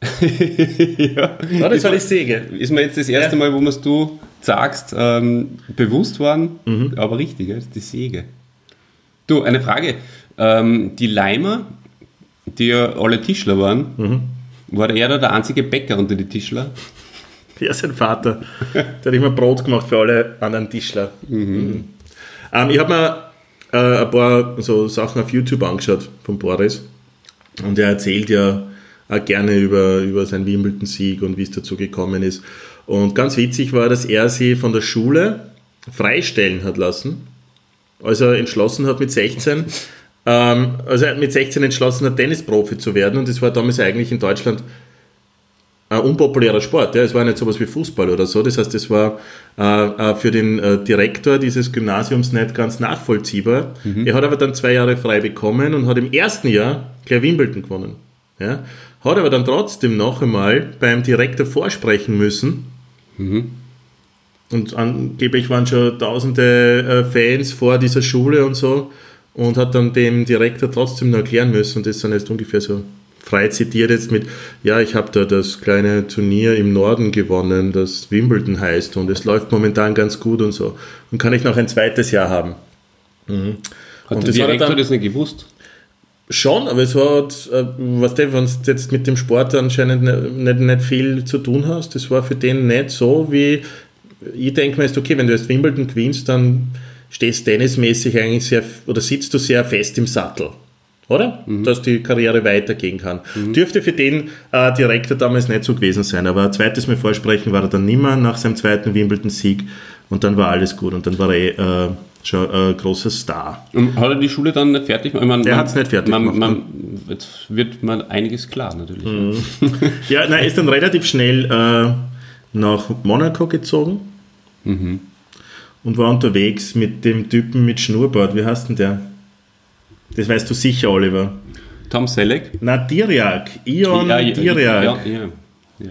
Speaker 1: <laughs> ja.
Speaker 2: Ja, das war die Säge.
Speaker 1: Ist mir jetzt das erste Mal, wo man es du sagst, ähm, bewusst worden,
Speaker 2: Mhm.
Speaker 1: aber richtig, ja, das ist die Säge. Du, eine Frage. Ähm, die Leimer, die ja alle Tischler waren,
Speaker 2: Mhm.
Speaker 1: war er da der einzige Bäcker unter die Tischler?
Speaker 2: <laughs> Ja, sein Vater. Der hat immer Brot gemacht für alle anderen Tischler. Mhm. Ähm, ich habe mir äh, ein paar so Sachen auf YouTube angeschaut von Boris. Und er erzählt ja auch gerne über, über seinen Wimbledon-Sieg und wie es dazu gekommen ist. Und ganz witzig war, dass er sie von der Schule freistellen hat lassen. als er entschlossen hat mit 16, ähm, also er hat mit 16 entschlossen hat, Tennisprofi zu werden und das war damals eigentlich in Deutschland ein unpopulärer Sport. Ja. Es war nicht sowas wie Fußball oder so. Das heißt, es war äh, äh, für den äh, Direktor dieses Gymnasiums nicht ganz nachvollziehbar. Er hat aber dann zwei Jahre frei bekommen und hat im ersten Jahr gleich Wimbledon gewonnen. Ja. Hat aber dann trotzdem noch einmal beim Direktor vorsprechen müssen, und angeblich waren schon tausende äh, Fans vor dieser Schule und so und hat dann dem Direktor trotzdem noch erklären müssen und das dann jetzt ungefähr so frei zitiert jetzt mit, ja, ich habe da das kleine Turnier im Norden gewonnen, das Wimbledon heißt und es läuft momentan ganz gut und so. Und kann ich noch ein zweites Jahr haben?
Speaker 1: Mhm. Hat
Speaker 2: Und
Speaker 1: der
Speaker 2: das war
Speaker 1: Direktor
Speaker 2: dann-
Speaker 1: das nicht gewusst?
Speaker 2: Schon, aber es war, äh, was du, wenn du jetzt mit dem Sport anscheinend ne- nicht, nicht viel zu tun hast, das war für den nicht so, wie ich denke mir ist, okay, wenn du jetzt Wimbledon gewinnst, dann stehst tennismäßig eigentlich sehr, oder sitzt du sehr fest im Sattel, oder? Dass die Karriere weitergehen kann. Dürfte für den äh, Direktor damals nicht so gewesen sein, aber ein zweites Mal vorsprechen war er dann nimmer nach seinem zweiten Wimbledon-Sieg Und dann war alles gut und dann war er eh, äh, schon ein großer Star.
Speaker 1: Und hat er die Schule dann nicht fertig gemacht? Ich meine,
Speaker 2: Er
Speaker 1: man-
Speaker 2: hat's nicht fertig
Speaker 1: man,
Speaker 2: gemacht,
Speaker 1: Man, jetzt wird man einiges klar natürlich.
Speaker 2: Ja, nein, ist dann relativ schnell äh, nach Monaco gezogen und war unterwegs mit dem Typen mit Schnurrbart. Wie heißt denn der? Das weißt du sicher, Oliver.
Speaker 1: <laughs> Tom Selleck.
Speaker 2: Na, Diriak. Ion Diriak.
Speaker 1: ja, ja.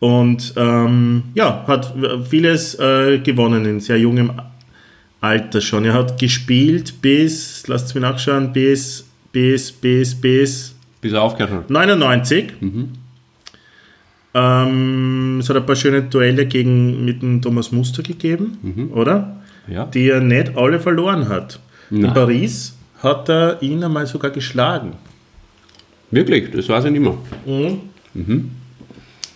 Speaker 2: Und ähm, ja, hat vieles äh, gewonnen in sehr jungem Alter schon. Er hat gespielt bis, lasst mich nachschauen, bis, bis, bis, bis
Speaker 1: Bis er aufgehört hat.
Speaker 2: 99. Ähm, es hat ein paar schöne Duelle gegen, mit dem Thomas Muster gegeben, oder?
Speaker 1: Ja.
Speaker 2: Die er nicht alle verloren hat. In
Speaker 1: Nein.
Speaker 2: Paris hat er ihn einmal sogar geschlagen.
Speaker 1: Wirklich, das weiß ich nicht mehr.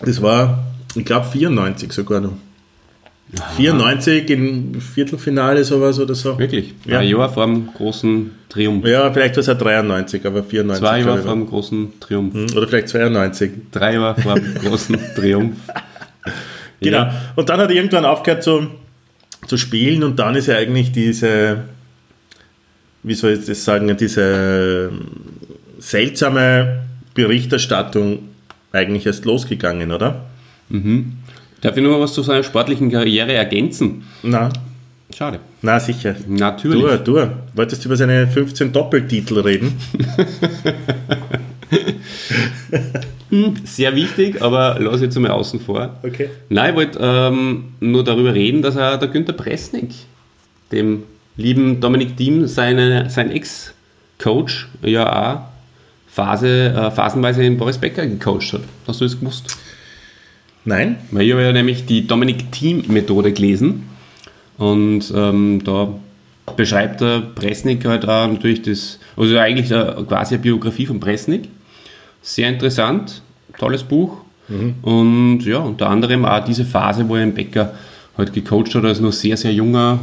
Speaker 2: Das war, ich glaube, 94 sogar noch.
Speaker 1: Ah.
Speaker 2: 94 im Viertelfinale sowas oder so.
Speaker 1: Wirklich.
Speaker 2: Ja.
Speaker 1: Ein Jahr vor dem großen Triumph.
Speaker 2: Ja, vielleicht war es ja 93, aber 94.
Speaker 1: Zwei
Speaker 2: glaub
Speaker 1: Jahre
Speaker 2: ich
Speaker 1: vor dem großen Triumph.
Speaker 2: war. Oder vielleicht 92.
Speaker 1: Drei Jahre
Speaker 2: <laughs>
Speaker 1: vor dem großen Triumph.
Speaker 2: Genau.
Speaker 1: Ja.
Speaker 2: Und dann hat er irgendwann aufgehört zu, zu spielen und dann ist ja eigentlich diese, wie soll ich das sagen, diese seltsame Berichterstattung eigentlich erst losgegangen, oder?
Speaker 1: Darf ich nur mal was zu seiner sportlichen Karriere ergänzen?
Speaker 2: Na,
Speaker 1: Schade.
Speaker 2: na sicher.
Speaker 1: Natürlich.
Speaker 2: Du, du, wolltest du über seine 15 Doppeltitel reden?
Speaker 1: Sehr wichtig, aber lass jetzt mal außen vor.
Speaker 2: Okay.
Speaker 1: Nein, ich wollte ähm, nur darüber reden, dass er der Günther Presnick, dem lieben Dominik Thiem, seine, sein Ex-Coach, ja auch, Phase, äh, phasenweise den Boris Becker gecoacht hat. Hast du das gewusst?
Speaker 2: Nein?
Speaker 1: Weil ich habe ja nämlich die Dominic Team Methode gelesen und ähm, da beschreibt der Presnick halt auch natürlich das, also eigentlich äh, quasi eine Biografie von Presnick. Sehr interessant, tolles Buch und ja, unter anderem auch diese Phase, wo er den Becker halt gecoacht hat, als noch sehr, sehr junger,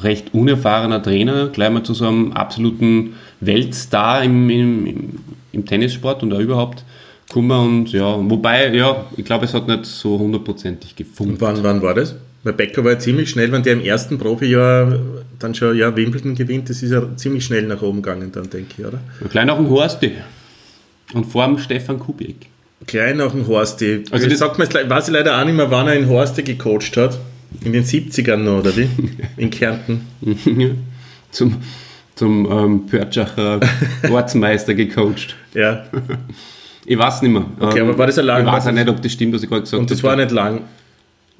Speaker 1: recht unerfahrener Trainer, gleich mal zu so einem absoluten Weltstar im, im, im, im Tennissport und auch überhaupt gekommen und ja, wobei, ja, ich glaube, es hat nicht so hundertprozentig gefunkt.
Speaker 2: Wann, wann war das? Weil Becker war ja ziemlich schnell, wenn der im ersten Profijahr dann schon ja, Wimbledon gewinnt, das ist ja ziemlich schnell nach oben gegangen, dann denke ich, oder?
Speaker 1: Klein nach dem Horsti und vor dem Stefan Kubik.
Speaker 2: Klein nach dem Horsti.
Speaker 1: Also
Speaker 2: Also ich
Speaker 1: das-
Speaker 2: sag mir, jetzt le- weiß ich leider auch nicht mehr, wann er in Horsti gecoacht hat. In den 70ern noch, oder
Speaker 1: <laughs>
Speaker 2: wie? In Kärnten.
Speaker 1: zum zum
Speaker 2: <laughs>
Speaker 1: ähm, Pörtschacher Ortsmeister gecoacht.
Speaker 2: Ja.
Speaker 1: Ich weiß nicht mehr. Ähm,
Speaker 2: Okay, aber war das ein langer-
Speaker 1: Ich weiß auch nicht, ob das stimmt, was ich gerade gesagt habe.
Speaker 2: Und das war nicht lang.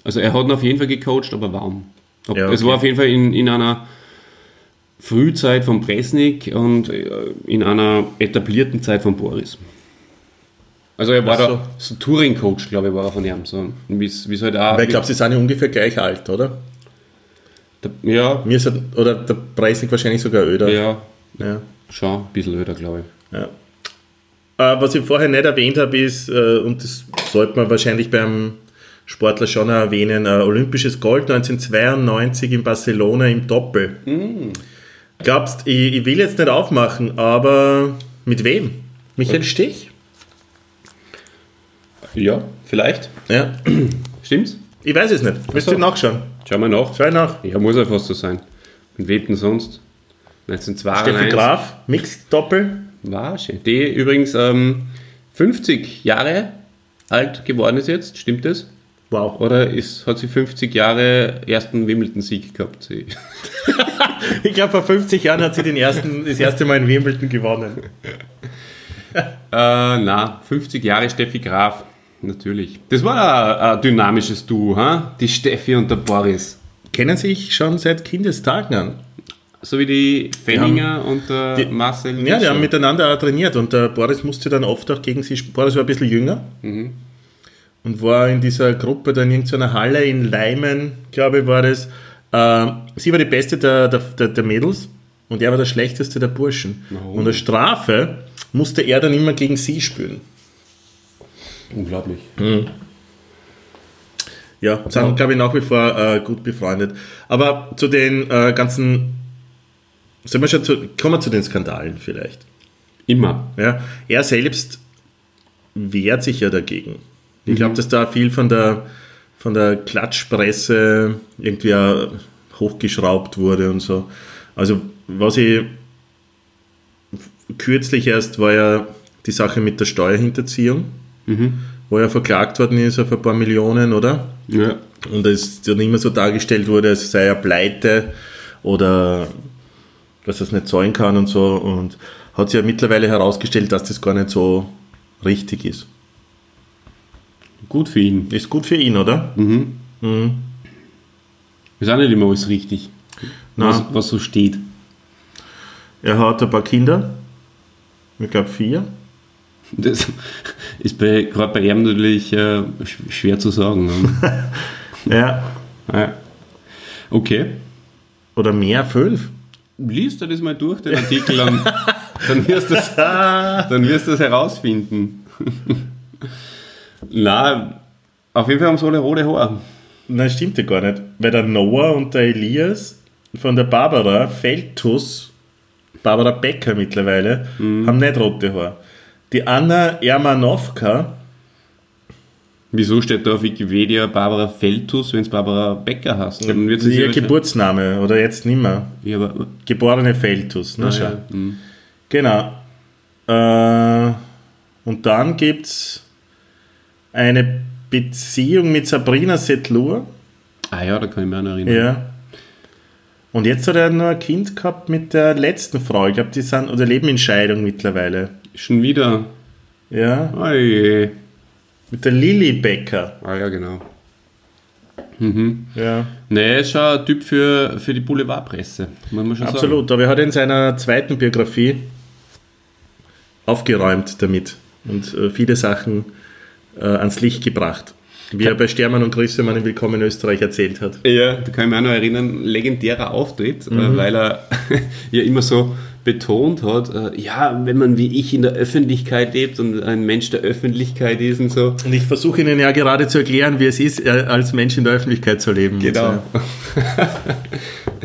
Speaker 1: Also er hat ihn auf jeden Fall gecoacht, aber warum? Ob,
Speaker 2: Ja,
Speaker 1: Es
Speaker 2: okay.
Speaker 1: war auf jeden Fall in, in einer Frühzeit von Presnik und äh, in einer etablierten Zeit von Boris. Also er war
Speaker 2: Ach so.
Speaker 1: da so Touring-Coach, glaube ich, war er von ihm. So, wie's, wie's halt auch,
Speaker 2: Weil ich glaube, sie sind ja ungefähr gleich alt, oder?
Speaker 1: ja,
Speaker 2: Mir ist halt, oder der Preis liegt wahrscheinlich sogar öder.
Speaker 1: ja,
Speaker 2: Ja.
Speaker 1: schon ein bisschen öder, glaube ich.
Speaker 2: Ja. Äh, was ich vorher nicht erwähnt habe, ist, äh, und das sollte man wahrscheinlich beim Sportler schon auch erwähnen, äh, olympisches Gold 1992 in Barcelona im Doppel. Mm. Glaubst ich, ich will jetzt nicht aufmachen, aber mit wem? Michael Stich?
Speaker 1: Ja, vielleicht.
Speaker 2: Ja.
Speaker 1: Stimmt's?
Speaker 2: Ich weiß es nicht. Müsst
Speaker 1: Ach so.
Speaker 2: ihr nachschauen.
Speaker 1: Schau mal nach.
Speaker 2: Schau nach.
Speaker 1: Ja, muss ja fast so sein. Und wem denn sonst? 1992.
Speaker 2: Steffi Graf, Mixed Doppel.
Speaker 1: War schön. Die übrigens ähm, 50 Jahre alt geworden ist jetzt, stimmt das?
Speaker 2: Wow.
Speaker 1: Oder ist, hat sie 50 Jahre ersten Wimbledon-Sieg gehabt? Sie. <laughs>
Speaker 2: Ich glaube, vor 50 Jahren hat sie den ersten, das erste Mal in Wimbledon gewonnen.
Speaker 1: Äh, na, 50 Jahre Steffi Graf, natürlich. Das war ein, ein dynamisches Duo, ha? die Steffi und der Boris.
Speaker 2: Kennen sich schon seit Kindestagen an.
Speaker 1: So wie die Fenninger und der
Speaker 2: die-
Speaker 1: Marcel
Speaker 2: Ja, die
Speaker 1: Nischer.
Speaker 2: haben miteinander auch trainiert und der Boris musste dann oft auch gegen sie spielen. Boris war ein bisschen jünger und war in dieser Gruppe dann in irgendeiner Halle in Leimen, glaube ich, war das. Ähm, sie war die beste der, der, der, der Mädels und er war der schlechteste der Burschen. Und als Strafe musste er dann immer gegen sie spielen.
Speaker 1: Unglaublich.
Speaker 2: Ja, sind, glaube ich, nach wie vor äh, gut befreundet. Aber zu den äh, ganzen. Sollen wir schon zu, kommen wir zu den Skandalen vielleicht.
Speaker 1: Immer.
Speaker 2: Ja, er selbst wehrt sich ja dagegen. Ich glaube, dass da viel von der, von der Klatschpresse irgendwie auch hochgeschraubt wurde und so. Also was ich kürzlich erst war ja die Sache mit der Steuerhinterziehung, wo er verklagt worden ist auf ein paar Millionen, oder?
Speaker 1: Ja.
Speaker 2: Und es dann immer so dargestellt wurde, es sei ja pleite oder dass er es nicht zahlen kann und so. Und hat sich ja mittlerweile herausgestellt, dass das gar nicht so richtig ist.
Speaker 1: Gut für ihn.
Speaker 2: Ist gut für ihn, oder?
Speaker 1: Ist auch nicht immer alles richtig,
Speaker 2: Na,
Speaker 1: was, was so steht.
Speaker 2: er hat ein paar Kinder. Ich glaube vier.
Speaker 1: Das ist bei- gerade bei ihm natürlich äh, sch- schwer zu sagen. ne?
Speaker 2: <laughs> Ja.
Speaker 1: Ja. okay.
Speaker 2: Oder mehr, fünf.
Speaker 1: Liest du das mal durch, den Artikel, dann, dann, wirst,
Speaker 2: <laughs>
Speaker 1: du das, dann wirst du das herausfinden. <laughs> Na, auf jeden Fall haben sie alle rote Haare.
Speaker 2: Nein, stimmt ja gar nicht. Weil der Noah und der Elias von der Barbara Feldtus, Barbara Becker mittlerweile, haben nicht rote Haare. Die Anna Ermanowka,
Speaker 1: Wieso steht da auf Wikipedia Barbara Feltus, wenn es Barbara Becker heißt? Dann wird's
Speaker 2: ihr
Speaker 1: sicher-
Speaker 2: Geburtsname, oder jetzt nimmer.
Speaker 1: Ja, aber,
Speaker 2: Geborene Feldtus, ne? schau.
Speaker 1: ja. Mhm.
Speaker 2: Genau. Äh, und dann gibt es eine Beziehung mit Sabrina Setlur.
Speaker 1: Ah ja, da kann ich mich auch noch erinnern.
Speaker 2: Ja. Und jetzt hat er noch ein Kind gehabt mit der letzten Frau. Ich glaube, die sind oder leben in Scheidung mittlerweile.
Speaker 1: Schon wieder.
Speaker 2: Ja.
Speaker 1: Oh je.
Speaker 2: Mit der Lilly Becker.
Speaker 1: Ah ja, genau.
Speaker 2: Ja.
Speaker 1: Nee, ist schon ein Typ für, für die Boulevardpresse. Muss man schon Sagen.
Speaker 2: Absolut. Aber er hat in seiner zweiten Biografie aufgeräumt damit und äh, viele Sachen äh, ans Licht gebracht. Wie er bei Stermann und Grissemann im Willkommen in Österreich erzählt hat.
Speaker 1: Ja, da kann ich mich auch noch erinnern, legendärer Auftritt, äh, weil er <laughs> ja immer so betont hat, äh, ja, wenn man wie ich in der Öffentlichkeit lebt und ein Mensch der Öffentlichkeit ist und so.
Speaker 2: Und ich versuche Ihnen ja gerade zu erklären, wie es ist, äh, als Mensch in der Öffentlichkeit zu leben.
Speaker 1: Genau.
Speaker 2: Also, Und so.
Speaker 1: <laughs>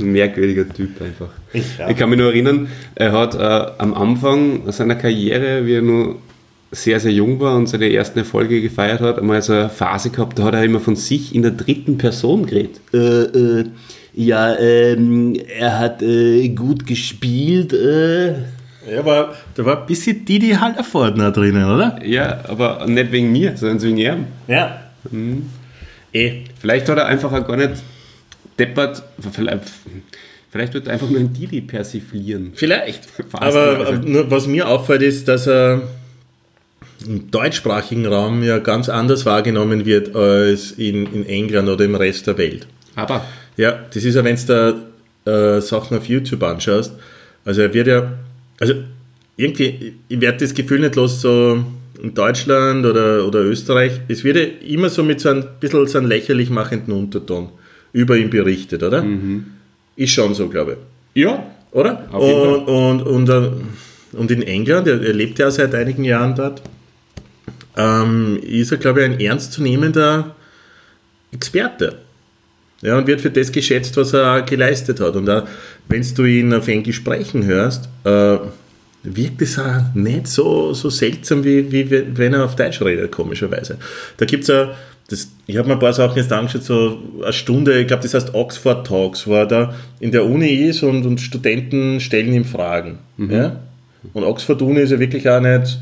Speaker 1: ein merkwürdiger Typ einfach.
Speaker 2: Ich, ja.
Speaker 1: Ich kann mich nur erinnern, er hat äh, am Anfang seiner Karriere, wie er nur sehr, sehr jung war und seine ersten Erfolge gefeiert hat, einmal so eine Phase gehabt, da hat er immer von sich in der dritten Person geredet. Äh, äh, ja, ähm, er hat äh, gut gespielt. Äh.
Speaker 2: Ja, aber da war ein bisschen Didi Hallervordner drinnen, oder?
Speaker 1: Ja, aber nicht wegen mir, sondern wegen ihm.
Speaker 2: Ja. Mhm. Eh.
Speaker 1: Vielleicht hat er einfach auch gar nicht deppert, vielleicht, vielleicht wird er einfach nur ein Didi persiflieren.
Speaker 2: Vielleicht.
Speaker 1: Phasenweise.
Speaker 2: Aber äh, nur was mir auffällt, ist, dass er im deutschsprachigen Raum ja ganz anders wahrgenommen wird als in, in England oder im Rest der Welt.
Speaker 1: Aber
Speaker 2: Ja, das ist ja, wenn du da äh, Sachen auf YouTube anschaust. Also er wird ja, also irgendwie, ich werde das Gefühl nicht los, so in Deutschland oder, oder Österreich, es wird ja immer so mit so ein bisschen so einem lächerlich machenden Unterton über ihn berichtet, oder? Ist schon so, glaube ich.
Speaker 1: Mhm. ja,
Speaker 2: Oder?
Speaker 1: Auf jeden
Speaker 2: Und, und, und, äh, und in England, er, er lebt ja seit einigen Jahren dort, ähm, ist er, glaube ich, ein ernstzunehmender Experte. Ja, und wird für das geschätzt, was er geleistet hat. Und wenn du ihn auf Englisch sprechen hörst, äh, wirkt es auch nicht so, so seltsam, wie, wie we- wenn er auf Deutsch redet, komischerweise. Da gibt es das, ich habe mir ein paar Sachen jetzt angeschaut, so eine Stunde, ich glaube, das heißt Oxford Talks, wo er da in der Uni ist und, und Studenten stellen ihm Fragen. Ja? Und Oxford Uni ist ja wirklich auch nicht,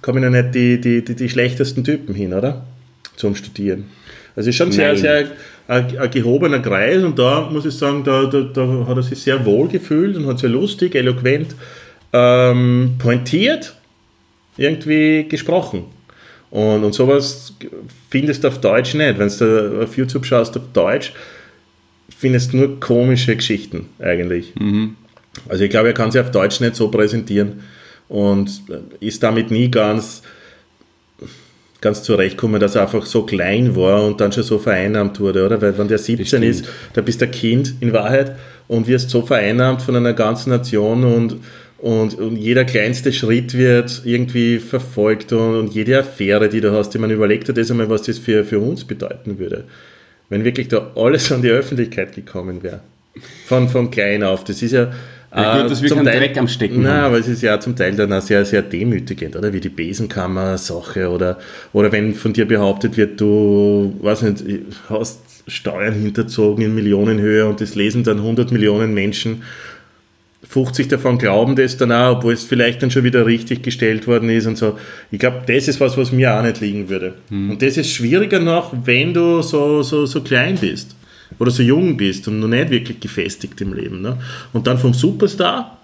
Speaker 2: kommen ja nicht die, die, die, die schlechtesten Typen hin, oder? Zum Studieren. Also ist schon sehr,
Speaker 1: Nein.
Speaker 2: sehr ein, ein gehobener Kreis und da muss ich sagen, da, da, da hat er sich sehr wohl gefühlt und hat sehr lustig, eloquent, ähm, pointiert irgendwie gesprochen. Und, und sowas findest du auf Deutsch nicht. Wenn du auf YouTube schaust auf Deutsch, findest du nur komische Geschichten eigentlich. Also ich glaube, er kann sich auf Deutsch nicht so präsentieren und ist damit nie ganz, ganz zurechtgekommen, dass er einfach so klein war und dann schon so vereinnahmt wurde, oder? Weil wenn der 17 ist, da bist du ein Kind in Wahrheit und wirst so vereinnahmt von einer ganzen Nation und und, und jeder kleinste Schritt wird irgendwie verfolgt und, und jede Affäre, die du hast, ich meine, überleg dir das einmal, was das für, für uns bedeuten würde. Wenn wirklich da alles an die Öffentlichkeit gekommen wäre. Von, von klein auf. Das ist ja äh,
Speaker 1: Ja, gut, dass wir keinen Dreck am Stecken
Speaker 2: Nein,
Speaker 1: haben.
Speaker 2: aber es ist ja zum Teil dann auch sehr, sehr demütigend, oder? Wie die Besenkammer-Sache oder, oder wenn von dir behauptet wird, du, weiß nicht, hast Steuern hinterzogen in Millionenhöhe und das lesen dann 100 Millionen Menschen. 50 davon glauben das dann auch, obwohl es vielleicht dann schon wieder richtig gestellt worden ist und so. Ich glaube, das ist was, was mir auch nicht liegen würde. Und das ist schwieriger noch, wenn du so, so, so klein bist oder so jung bist und noch nicht wirklich gefestigt im Leben. Ne? Und dann vom Superstar,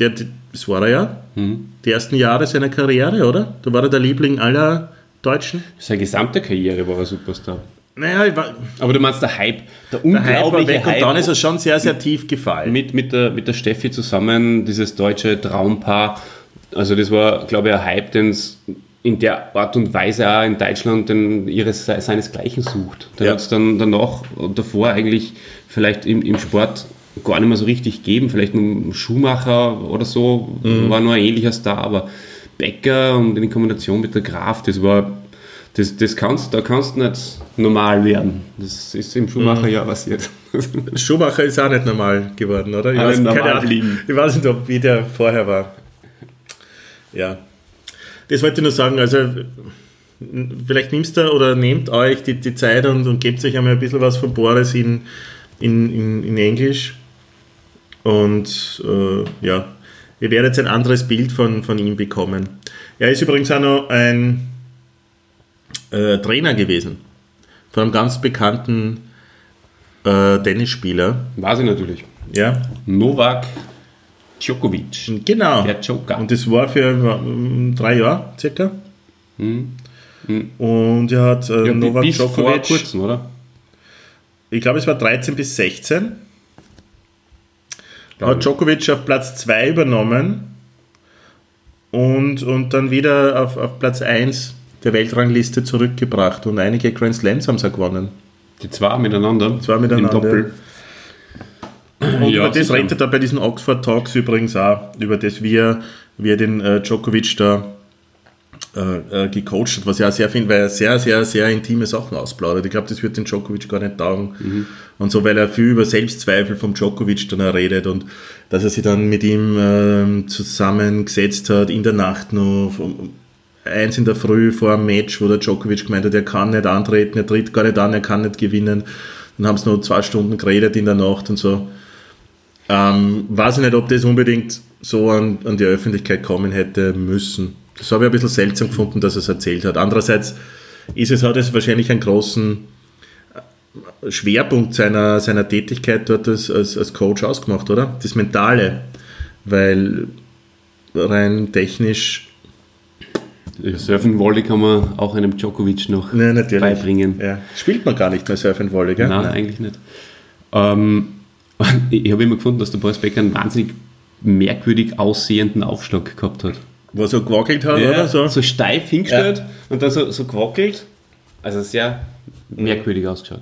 Speaker 2: der, das war er ja, die ersten Jahre seiner Karriere, oder? Da war er der Liebling aller Deutschen.
Speaker 1: Seine gesamte Karriere war er Superstar.
Speaker 2: Naja, ich war,
Speaker 1: Aber du meinst der Hype,
Speaker 2: der
Speaker 1: der
Speaker 2: Hype war
Speaker 1: unglaubliche
Speaker 2: weg und
Speaker 1: Hype.
Speaker 2: dann ist er schon sehr, sehr tief gefallen.
Speaker 1: mit, mit, der, mit der Steffi zusammen, dieses deutsche Traumpaar. Also das war, glaube ich, ein Hype, den es in der Art und Weise auch in Deutschland den ihres, seinesgleichen sucht. Da
Speaker 2: Ja.
Speaker 1: hat es dann danach und davor eigentlich vielleicht im, im Sport gar nicht mehr so richtig gegeben. Vielleicht ein Schuhmacher oder so war nur ein ähnlicher Star, aber Becker und in Kombination mit der Graf, das war, das, das kannst, da kannst du nicht normal werden. Das ist im Schuhmacher ja passiert. <laughs>
Speaker 2: Schumacher ist auch nicht normal geworden, oder? Ich
Speaker 1: Auch
Speaker 2: weiß,
Speaker 1: nicht normal
Speaker 2: keine Ahnung.
Speaker 1: geblieben.
Speaker 2: ich weiß nicht, ob wie der vorher war. Ja. Das wollte ich nur sagen, also n- vielleicht nimmst du oder nehmt euch die, die Zeit und, und gebt euch einmal ein bisschen was von Boris in, in, in, in Englisch. Und äh, ja, ihr werdet ein anderes Bild von, von ihm bekommen. Er ist übrigens auch noch ein äh, Trainer gewesen von einem ganz bekannten äh, Tennisspieler.
Speaker 1: War sie natürlich.
Speaker 2: Ja,
Speaker 1: Novak Djokovic.
Speaker 2: genau.
Speaker 1: Der Joker.
Speaker 2: Und das war für ähm, drei Jahre circa. Und er hat äh,
Speaker 1: Hm. Ja, bi-
Speaker 2: Novak
Speaker 1: bis vor
Speaker 2: Djokovic,
Speaker 1: kurzem, oder?
Speaker 2: ich glaube es war 13 bis 16,
Speaker 1: Glaub
Speaker 2: hat
Speaker 1: ich.
Speaker 2: Djokovic auf Platz 2 übernommen und, und dann wieder auf, auf Platz 1 der Weltrangliste zurückgebracht und einige Grand Slams haben sie auch gewonnen.
Speaker 1: Die zwei miteinander.
Speaker 2: Zwei miteinander.
Speaker 1: Im Doppel.
Speaker 2: Und
Speaker 1: Ja,
Speaker 2: über das
Speaker 1: zusammen.
Speaker 2: redet er da bei diesen Oxford Talks übrigens auch, über das, wie er, wie er den äh, Djokovic da äh, äh, gecoacht hat, was ich auch sehr finde, weil er sehr, sehr, sehr intime Sachen ausplaudert. Ich glaube, das wird den Djokovic gar nicht taugen. Und so, weil er viel über Selbstzweifel vom Djokovic dann auch redet und dass er sich dann mit ihm ähm, zusammengesetzt hat in der Nacht noch. um- um Eins in der Früh vor einem Match, wo der Djokovic gemeint hat, er kann nicht antreten, er tritt gar nicht an, er kann nicht gewinnen. Dann haben sie noch zwei Stunden geredet in der Nacht und so. Ähm, weiß ich nicht, ob das unbedingt so an, an die Öffentlichkeit kommen hätte müssen. Das habe ich ein bisschen seltsam gefunden, dass er es erzählt hat. Andererseits ist es, hat es wahrscheinlich einen großen äh, Schwerpunkt seiner, seiner Tätigkeit dort als, als, als Coach ausgemacht, oder? Das Mentale. Weil rein technisch.
Speaker 1: Surfen Volley kann man auch einem Djokovic noch
Speaker 2: Nein, natürlich.
Speaker 1: beibringen.
Speaker 2: Ja. Spielt man gar nicht mehr Surf and Volley, gell?
Speaker 1: Nein, eigentlich nicht. Ähm, <laughs> ich habe immer gefunden, dass der Boris Becker einen wahnsinnig merkwürdig aussehenden Aufschlag gehabt hat.
Speaker 2: Was er gewackelt hat,
Speaker 1: Ja,
Speaker 2: oder so?
Speaker 1: so. steif hingestellt und dann so, so gewackelt. Also sehr merkwürdig ausgeschaut.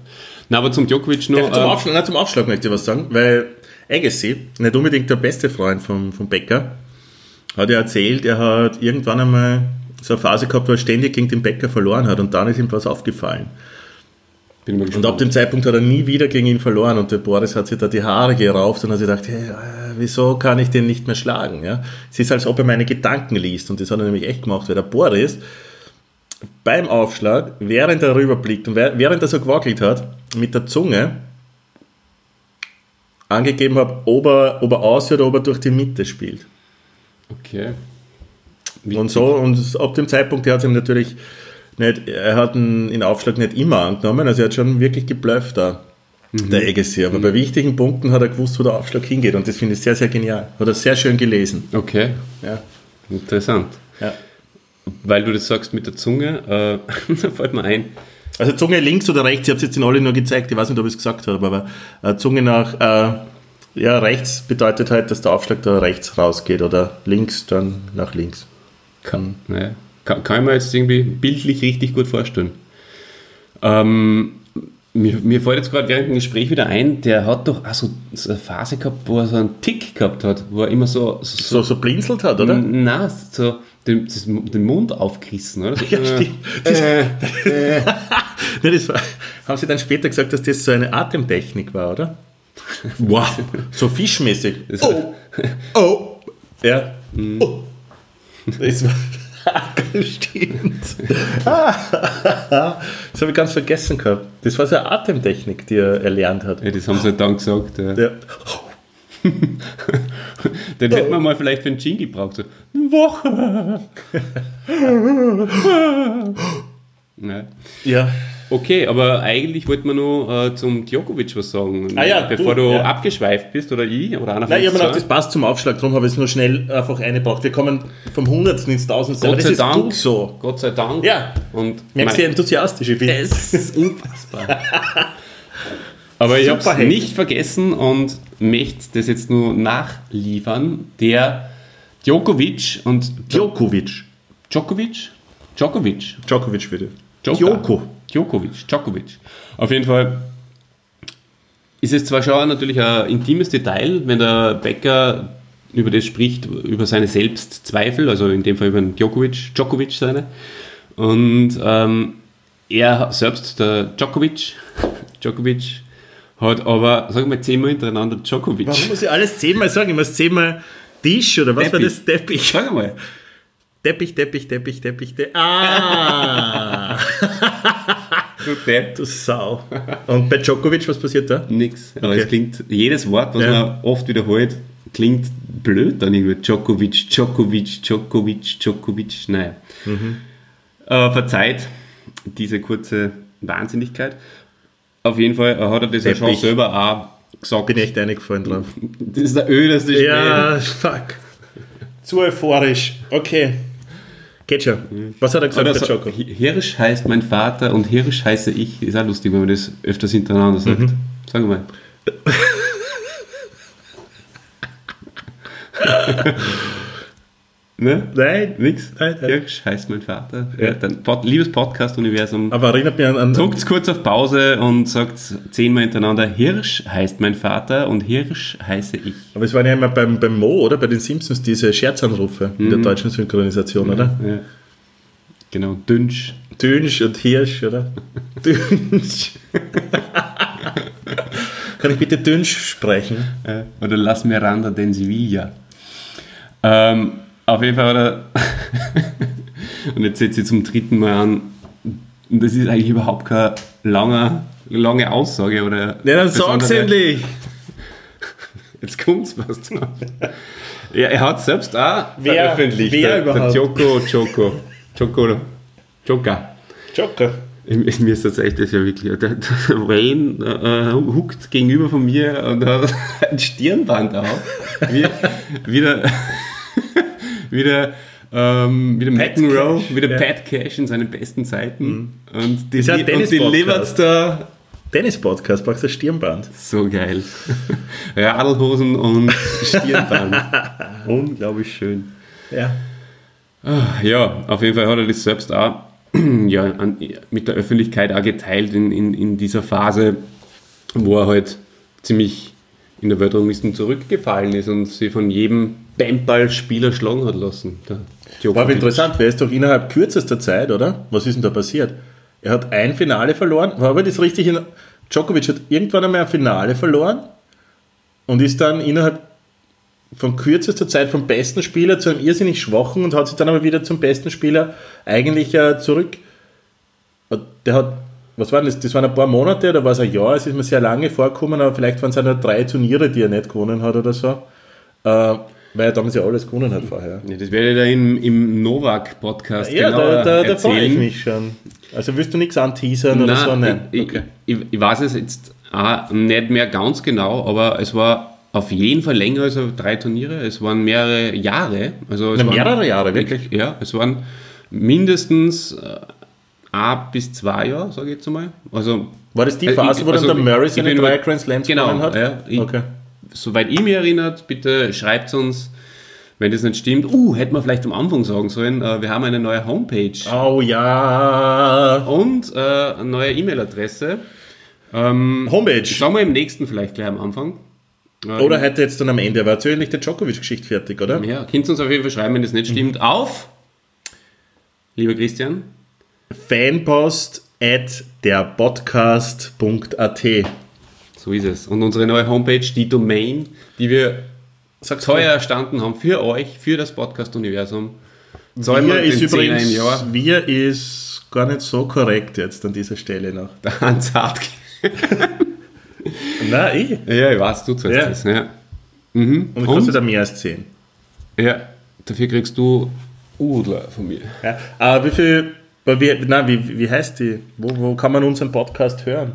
Speaker 1: Na, aber zum Djokovic noch.
Speaker 2: Darf ich Zum
Speaker 1: ähm,
Speaker 2: Aufschlag, nein, zum Aufschlag möchte ich was sagen, weil Agassi, nicht unbedingt der beste Freund vom, vom Bäcker, hat ja erzählt, er hat irgendwann einmal so eine Phase gehabt, wo er ständig gegen den Bäcker verloren hat und dann ist ihm was aufgefallen.
Speaker 1: bin mal
Speaker 2: Und
Speaker 1: gespannt.
Speaker 2: ab dem Zeitpunkt hat er nie wieder gegen ihn verloren und der Boris hat sich da die Haare gerauft und hat sich gedacht, hey, äh, wieso kann ich den nicht mehr schlagen? Ja? Es ist, als ob er meine Gedanken liest und das hat er nämlich echt gemacht, weil der Boris beim Aufschlag, während er rüberblickt und wer- während er so gewackelt hat, mit der Zunge angegeben hat, ob er, ob er aus oder ob er durch die Mitte spielt.
Speaker 1: Okay.
Speaker 2: Und so, und ab dem Zeitpunkt, der hat ihm natürlich nicht, er hat ihn in Aufschlag nicht immer angenommen, also er hat schon wirklich geblufft da, der Agassi. Aber bei wichtigen Punkten hat er gewusst, wo der Aufschlag hingeht und das finde ich sehr, sehr genial. Hat er sehr schön gelesen.
Speaker 1: Okay,
Speaker 2: Ja.
Speaker 1: interessant.
Speaker 2: Ja.
Speaker 1: Weil du das sagst mit der Zunge, äh, <laughs> da fällt mir ein.
Speaker 2: Also Zunge links oder rechts, ich habe es jetzt in alle nur gezeigt, ich weiß nicht, ob ich es gesagt habe, aber äh, Zunge nach äh, ja, rechts bedeutet halt, dass der Aufschlag da rechts rausgeht oder links dann nach links. Kann.
Speaker 1: Naja, kann, kann ich mir jetzt irgendwie bildlich richtig gut vorstellen. Ähm, mir, mir fällt jetzt gerade während dem Gespräch wieder ein, der hat doch auch so, so eine Phase gehabt, wo er so einen Tick gehabt hat, wo er immer so, so,
Speaker 2: So, so blinzelt hat,
Speaker 1: so
Speaker 2: oder?
Speaker 1: na, so den, das, den Mund aufgerissen, oder? So,
Speaker 2: Ja,
Speaker 1: äh,
Speaker 2: stimmt. Das, <laughs> Nein, das war, haben sie dann später gesagt, dass das so eine Atemtechnik war, oder? Wow, so fischmäßig.
Speaker 1: Das-
Speaker 2: Oh, oh, ja.
Speaker 1: Mhm.
Speaker 2: Oh. Das war <laughs> stimmt. <laughs> Ah, das habe ich ganz vergessen gehabt. Das war so eine Atemtechnik, die er erlernt hat.
Speaker 1: Ja, das haben sie halt dann gesagt. Ja.
Speaker 2: Ja.
Speaker 1: <laughs> Den hätten wir mal vielleicht für einen Jingle braucht. So, eine Woche. <laughs> Nein.
Speaker 2: ja.
Speaker 1: Okay, aber eigentlich wollte man nur äh, zum Djokovic was sagen.
Speaker 2: Ah ja,
Speaker 1: bevor
Speaker 2: du,
Speaker 1: du,
Speaker 2: ja.
Speaker 1: abgeschweift bist oder ich oder einer von
Speaker 2: Nein, ich
Speaker 1: uns
Speaker 2: habe mir gedacht,
Speaker 1: zwei.
Speaker 2: das passt zum Aufschlag, darum habe ich es nur schnell einfach eingebracht. Wir kommen vom Hundertsten ins Tausendste. aber
Speaker 1: Gott
Speaker 2: das
Speaker 1: sei
Speaker 2: ist
Speaker 1: Dank.
Speaker 2: gut so.
Speaker 1: Gott sei Dank.
Speaker 2: Ja.
Speaker 1: Und
Speaker 2: Merkst du, wie enthusiastisch ich bin?
Speaker 1: <laughs> Es ist unfassbar. <laughs> Aber ich habe
Speaker 2: Super
Speaker 1: es
Speaker 2: Hack.
Speaker 1: nicht vergessen und möchte das jetzt nur nachliefern. Der Djokovic und
Speaker 2: Djokovic.
Speaker 1: Djokovic? Djokovic.
Speaker 2: Djokovic bitte.
Speaker 1: Joker.
Speaker 2: Djoko.
Speaker 1: Djokovic, Djokovic. Auf jeden Fall ist es zwar schon natürlich ein intimes Detail, wenn der Becker über das spricht, über seine Selbstzweifel, also in dem Fall über den Djokovic, Djokovic seine. Und ähm, er selbst, der Djokovic, <laughs> Djokovic, hat aber, sagen wir mal, zehnmal hintereinander Djokovic.
Speaker 2: Warum muss ich alles zehnmal sagen? Ich muss zehnmal Tisch oder was war
Speaker 1: Teppich.
Speaker 2: das? Teppich.
Speaker 1: Sag mal.
Speaker 2: Teppich, Teppich, Teppich, Teppich, Teppich. Ah,
Speaker 1: Du Depp.
Speaker 2: du Sau. Und bei Djokovic, was passiert da?
Speaker 1: Nix. Aber
Speaker 2: Okay.
Speaker 1: es klingt, jedes Wort, was
Speaker 2: Ja.
Speaker 1: man oft wiederholt, klingt blöd dann irgendwie. Djokovic, Djokovic, Djokovic, Djokovic. Naja.
Speaker 2: Mhm.
Speaker 1: Äh, verzeiht diese kurze Wahnsinnigkeit. Auf jeden Fall hat er das ja schon
Speaker 2: Teppich.
Speaker 1: selber auch gesagt.
Speaker 2: Bin echt eingefallen drauf.
Speaker 1: Das ist der ödeste Schnee.
Speaker 2: Ja, fuck. Zu euphorisch. Okay. Geht schon. Was hat er gesagt,
Speaker 1: Oder
Speaker 2: der
Speaker 1: so,
Speaker 2: Djoko?
Speaker 1: Hirsch heißt mein Vater und Hirsch heiße ich. Ist auch lustig, wenn man das öfters hintereinander sagt.
Speaker 2: Mhm.
Speaker 1: Sag
Speaker 2: <laughs>
Speaker 1: mal. ne?
Speaker 2: Nein.
Speaker 1: Nix?
Speaker 2: Nein, nein.
Speaker 1: Hirsch heißt mein Vater. Ja. dann, Pod, liebes Podcast-Universum,
Speaker 2: Aber erinnert mich an, an
Speaker 1: druckt kurz auf Pause und sagt zehnmal hintereinander: Hirsch heißt mein Vater und Hirsch heiße ich.
Speaker 2: Aber es waren ja immer beim, beim Mo, oder? Bei den Simpsons diese Scherzanrufe in der deutschen Synchronisation, oder?
Speaker 1: Ja. Genau, Dünsch.
Speaker 2: Dünsch und Hirsch, <laughs> oder? Dünsch. Kann ich bitte Dünsch sprechen?
Speaker 1: Ja. Äh, Oder Las Miranda den Sevilla. Ähm, auf jeden Fall hat er. <laughs> und jetzt setzt sie zum dritten Mal an. Und das ist eigentlich überhaupt keine lange, lange Aussage. Oder
Speaker 2: Ja, dann sag's
Speaker 1: besondere-
Speaker 2: endlich!
Speaker 1: Jetzt kommt's was. ja, er hat selbst auch
Speaker 2: Wer-
Speaker 1: veröffentlicht.
Speaker 2: wer
Speaker 1: der, der
Speaker 2: überhaupt?
Speaker 1: Choco, Choco. Choco. Joker.
Speaker 2: Joker.
Speaker 1: Ich- ich- Mir ist das echt, das ist ja wirklich, der, der Wayne äh, huckt gegenüber von mir und hat <laughs> ein Stirnband auf. Wie, wie der, <laughs> wie der, ähm, wie der
Speaker 2: Pat
Speaker 1: McEnroe,
Speaker 2: Cash,
Speaker 1: wie der
Speaker 2: ja. Mhm.
Speaker 1: Pat Cash in seinen besten Zeiten. Und die,
Speaker 2: Ist ja ein
Speaker 1: li- und die
Speaker 2: Tennis-Podcast.
Speaker 1: Liberts da.
Speaker 2: Tennis-Podcast, brauchst du ein Stirnband.
Speaker 1: So geil. <laughs> Radlhosen und
Speaker 2: <laughs>
Speaker 1: Stirnband. Unglaublich schön.
Speaker 2: Ja.
Speaker 1: Ja, auf jeden Fall hat er das selbst auch <clears throat> ja, an, mit der Öffentlichkeit auch geteilt in, in, in dieser Phase, wo er halt ziemlich in der Weltranglisten zurückgefallen ist und sie von jedem Bamball-Spieler schlagen hat lassen. Der Djokovic.
Speaker 2: War aber interessant, wäre es doch innerhalb kürzester Zeit, oder? Was ist denn da passiert? Er hat ein Finale verloren, war aber das richtig in. Djokovic hat irgendwann einmal ein Finale verloren und ist dann innerhalb von kürzester Zeit vom besten Spieler zu einem irrsinnig schwachen und hat sich dann aber wieder zum besten Spieler eigentlich äh, zurück. Äh, Der hat, was waren das? Das waren ein paar Monate oder war es ein Jahr? Es ist mir sehr lange vorgekommen, aber vielleicht waren es auch nur drei Turniere, die er nicht gewonnen hat oder so. Äh, weil er damals ja alles gewonnen hat vorher.
Speaker 1: Ja, das werde ich da im, im Novak-Podcast
Speaker 2: Ja,
Speaker 1: genau
Speaker 2: da, da, da freue
Speaker 1: erzählen.
Speaker 2: ich mich schon. Also willst du nichts anteasern oder so? Nein.
Speaker 1: Ich,
Speaker 2: Okay.
Speaker 1: ich, ich, ich weiß es jetzt auch nicht mehr ganz genau, aber es war auf jeden Fall länger als drei Turniere. Es waren mehrere Jahre. Also es
Speaker 2: Na,
Speaker 1: waren-
Speaker 2: mehrere Jahre, wirklich?
Speaker 1: Ja, es waren mindestens äh, ein bis zwei Jahre, sage ich jetzt einmal. Also,
Speaker 2: War das die
Speaker 1: äh,
Speaker 2: Phase, wo
Speaker 1: also
Speaker 2: dann der Murray
Speaker 1: ich
Speaker 2: seine
Speaker 1: bin
Speaker 2: drei
Speaker 1: über-
Speaker 2: Grand Slams
Speaker 1: genau,
Speaker 2: gewonnen hat?
Speaker 1: Ja, ich,
Speaker 2: okay.
Speaker 1: Soweit ich mich erinnert, bitte schreibt uns, wenn das nicht stimmt. Uh, hätten wir vielleicht am Anfang sagen sollen, äh, wir haben eine neue Homepage
Speaker 2: Oh ja.
Speaker 1: und äh, eine neue E-Mail-Adresse.
Speaker 2: Homepage.
Speaker 1: Schauen wir im nächsten vielleicht gleich am Anfang.
Speaker 2: Oder hätte jetzt dann am Ende, war zu ähnlich der Djokovic-Geschichte fertig, oder?
Speaker 1: Ja, könnt ihr uns auf jeden Fall schreiben, wenn das
Speaker 2: Mhm.
Speaker 1: nicht stimmt. Auf, lieber Christian,
Speaker 2: Fanpost at derpodcast.at.
Speaker 1: So ist es. Und unsere neue Homepage, die Domain, die wir
Speaker 2: Sagst
Speaker 1: teuer erstanden haben für euch, für das Podcast-Universum. Zahlen
Speaker 2: Wir
Speaker 1: wir
Speaker 2: ist
Speaker 1: den Zehner im
Speaker 2: übrigens,
Speaker 1: Jahr. <laughs>
Speaker 2: wir ist gar nicht so korrekt jetzt an dieser Stelle noch.
Speaker 1: Der Hans Hartke.
Speaker 2: Na, ich.
Speaker 1: Ja, ich weiß, du zahlst
Speaker 2: Ja.
Speaker 1: das. Ja.
Speaker 2: Und
Speaker 1: Und?
Speaker 2: kostet er mehr als 10.
Speaker 1: ja, dafür kriegst du Udler von mir.
Speaker 2: Ja. Aber wie viel, aber wie, na, wie, wie heißt die? Wo, wo kann man unseren Podcast hören?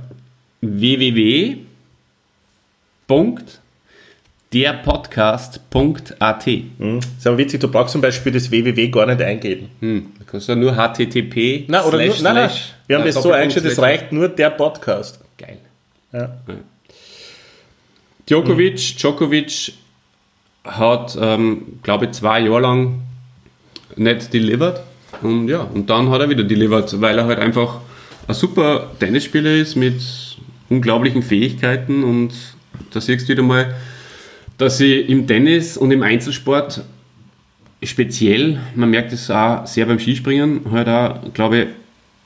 Speaker 1: www.derpodcast.at
Speaker 2: Hm? Ist aber witzig, du brauchst zum Beispiel das www gar nicht eingeben.
Speaker 1: hm. Da kannst du nur http
Speaker 2: Na, oder
Speaker 1: slash,
Speaker 2: nur, nein, nein,
Speaker 1: slash,
Speaker 2: wir haben
Speaker 1: äh,
Speaker 2: das so
Speaker 1: Doppelpunkt,
Speaker 2: eingestellt, es
Speaker 1: slash.
Speaker 2: reicht nur der Podcast.
Speaker 1: Geil.
Speaker 2: Ja.
Speaker 1: Djokovic, Djokovic hat, ähm, glaube ich, zwei Jahre lang nicht delivered. Und ja, und dann hat er wieder delivered, weil er halt einfach ein super Tennisspieler ist mit unglaublichen Fähigkeiten. Und da siehst du wieder mal, dass sie im Tennis und im Einzelsport speziell, man merkt es auch sehr beim Skispringen, halt auch, glaube ich,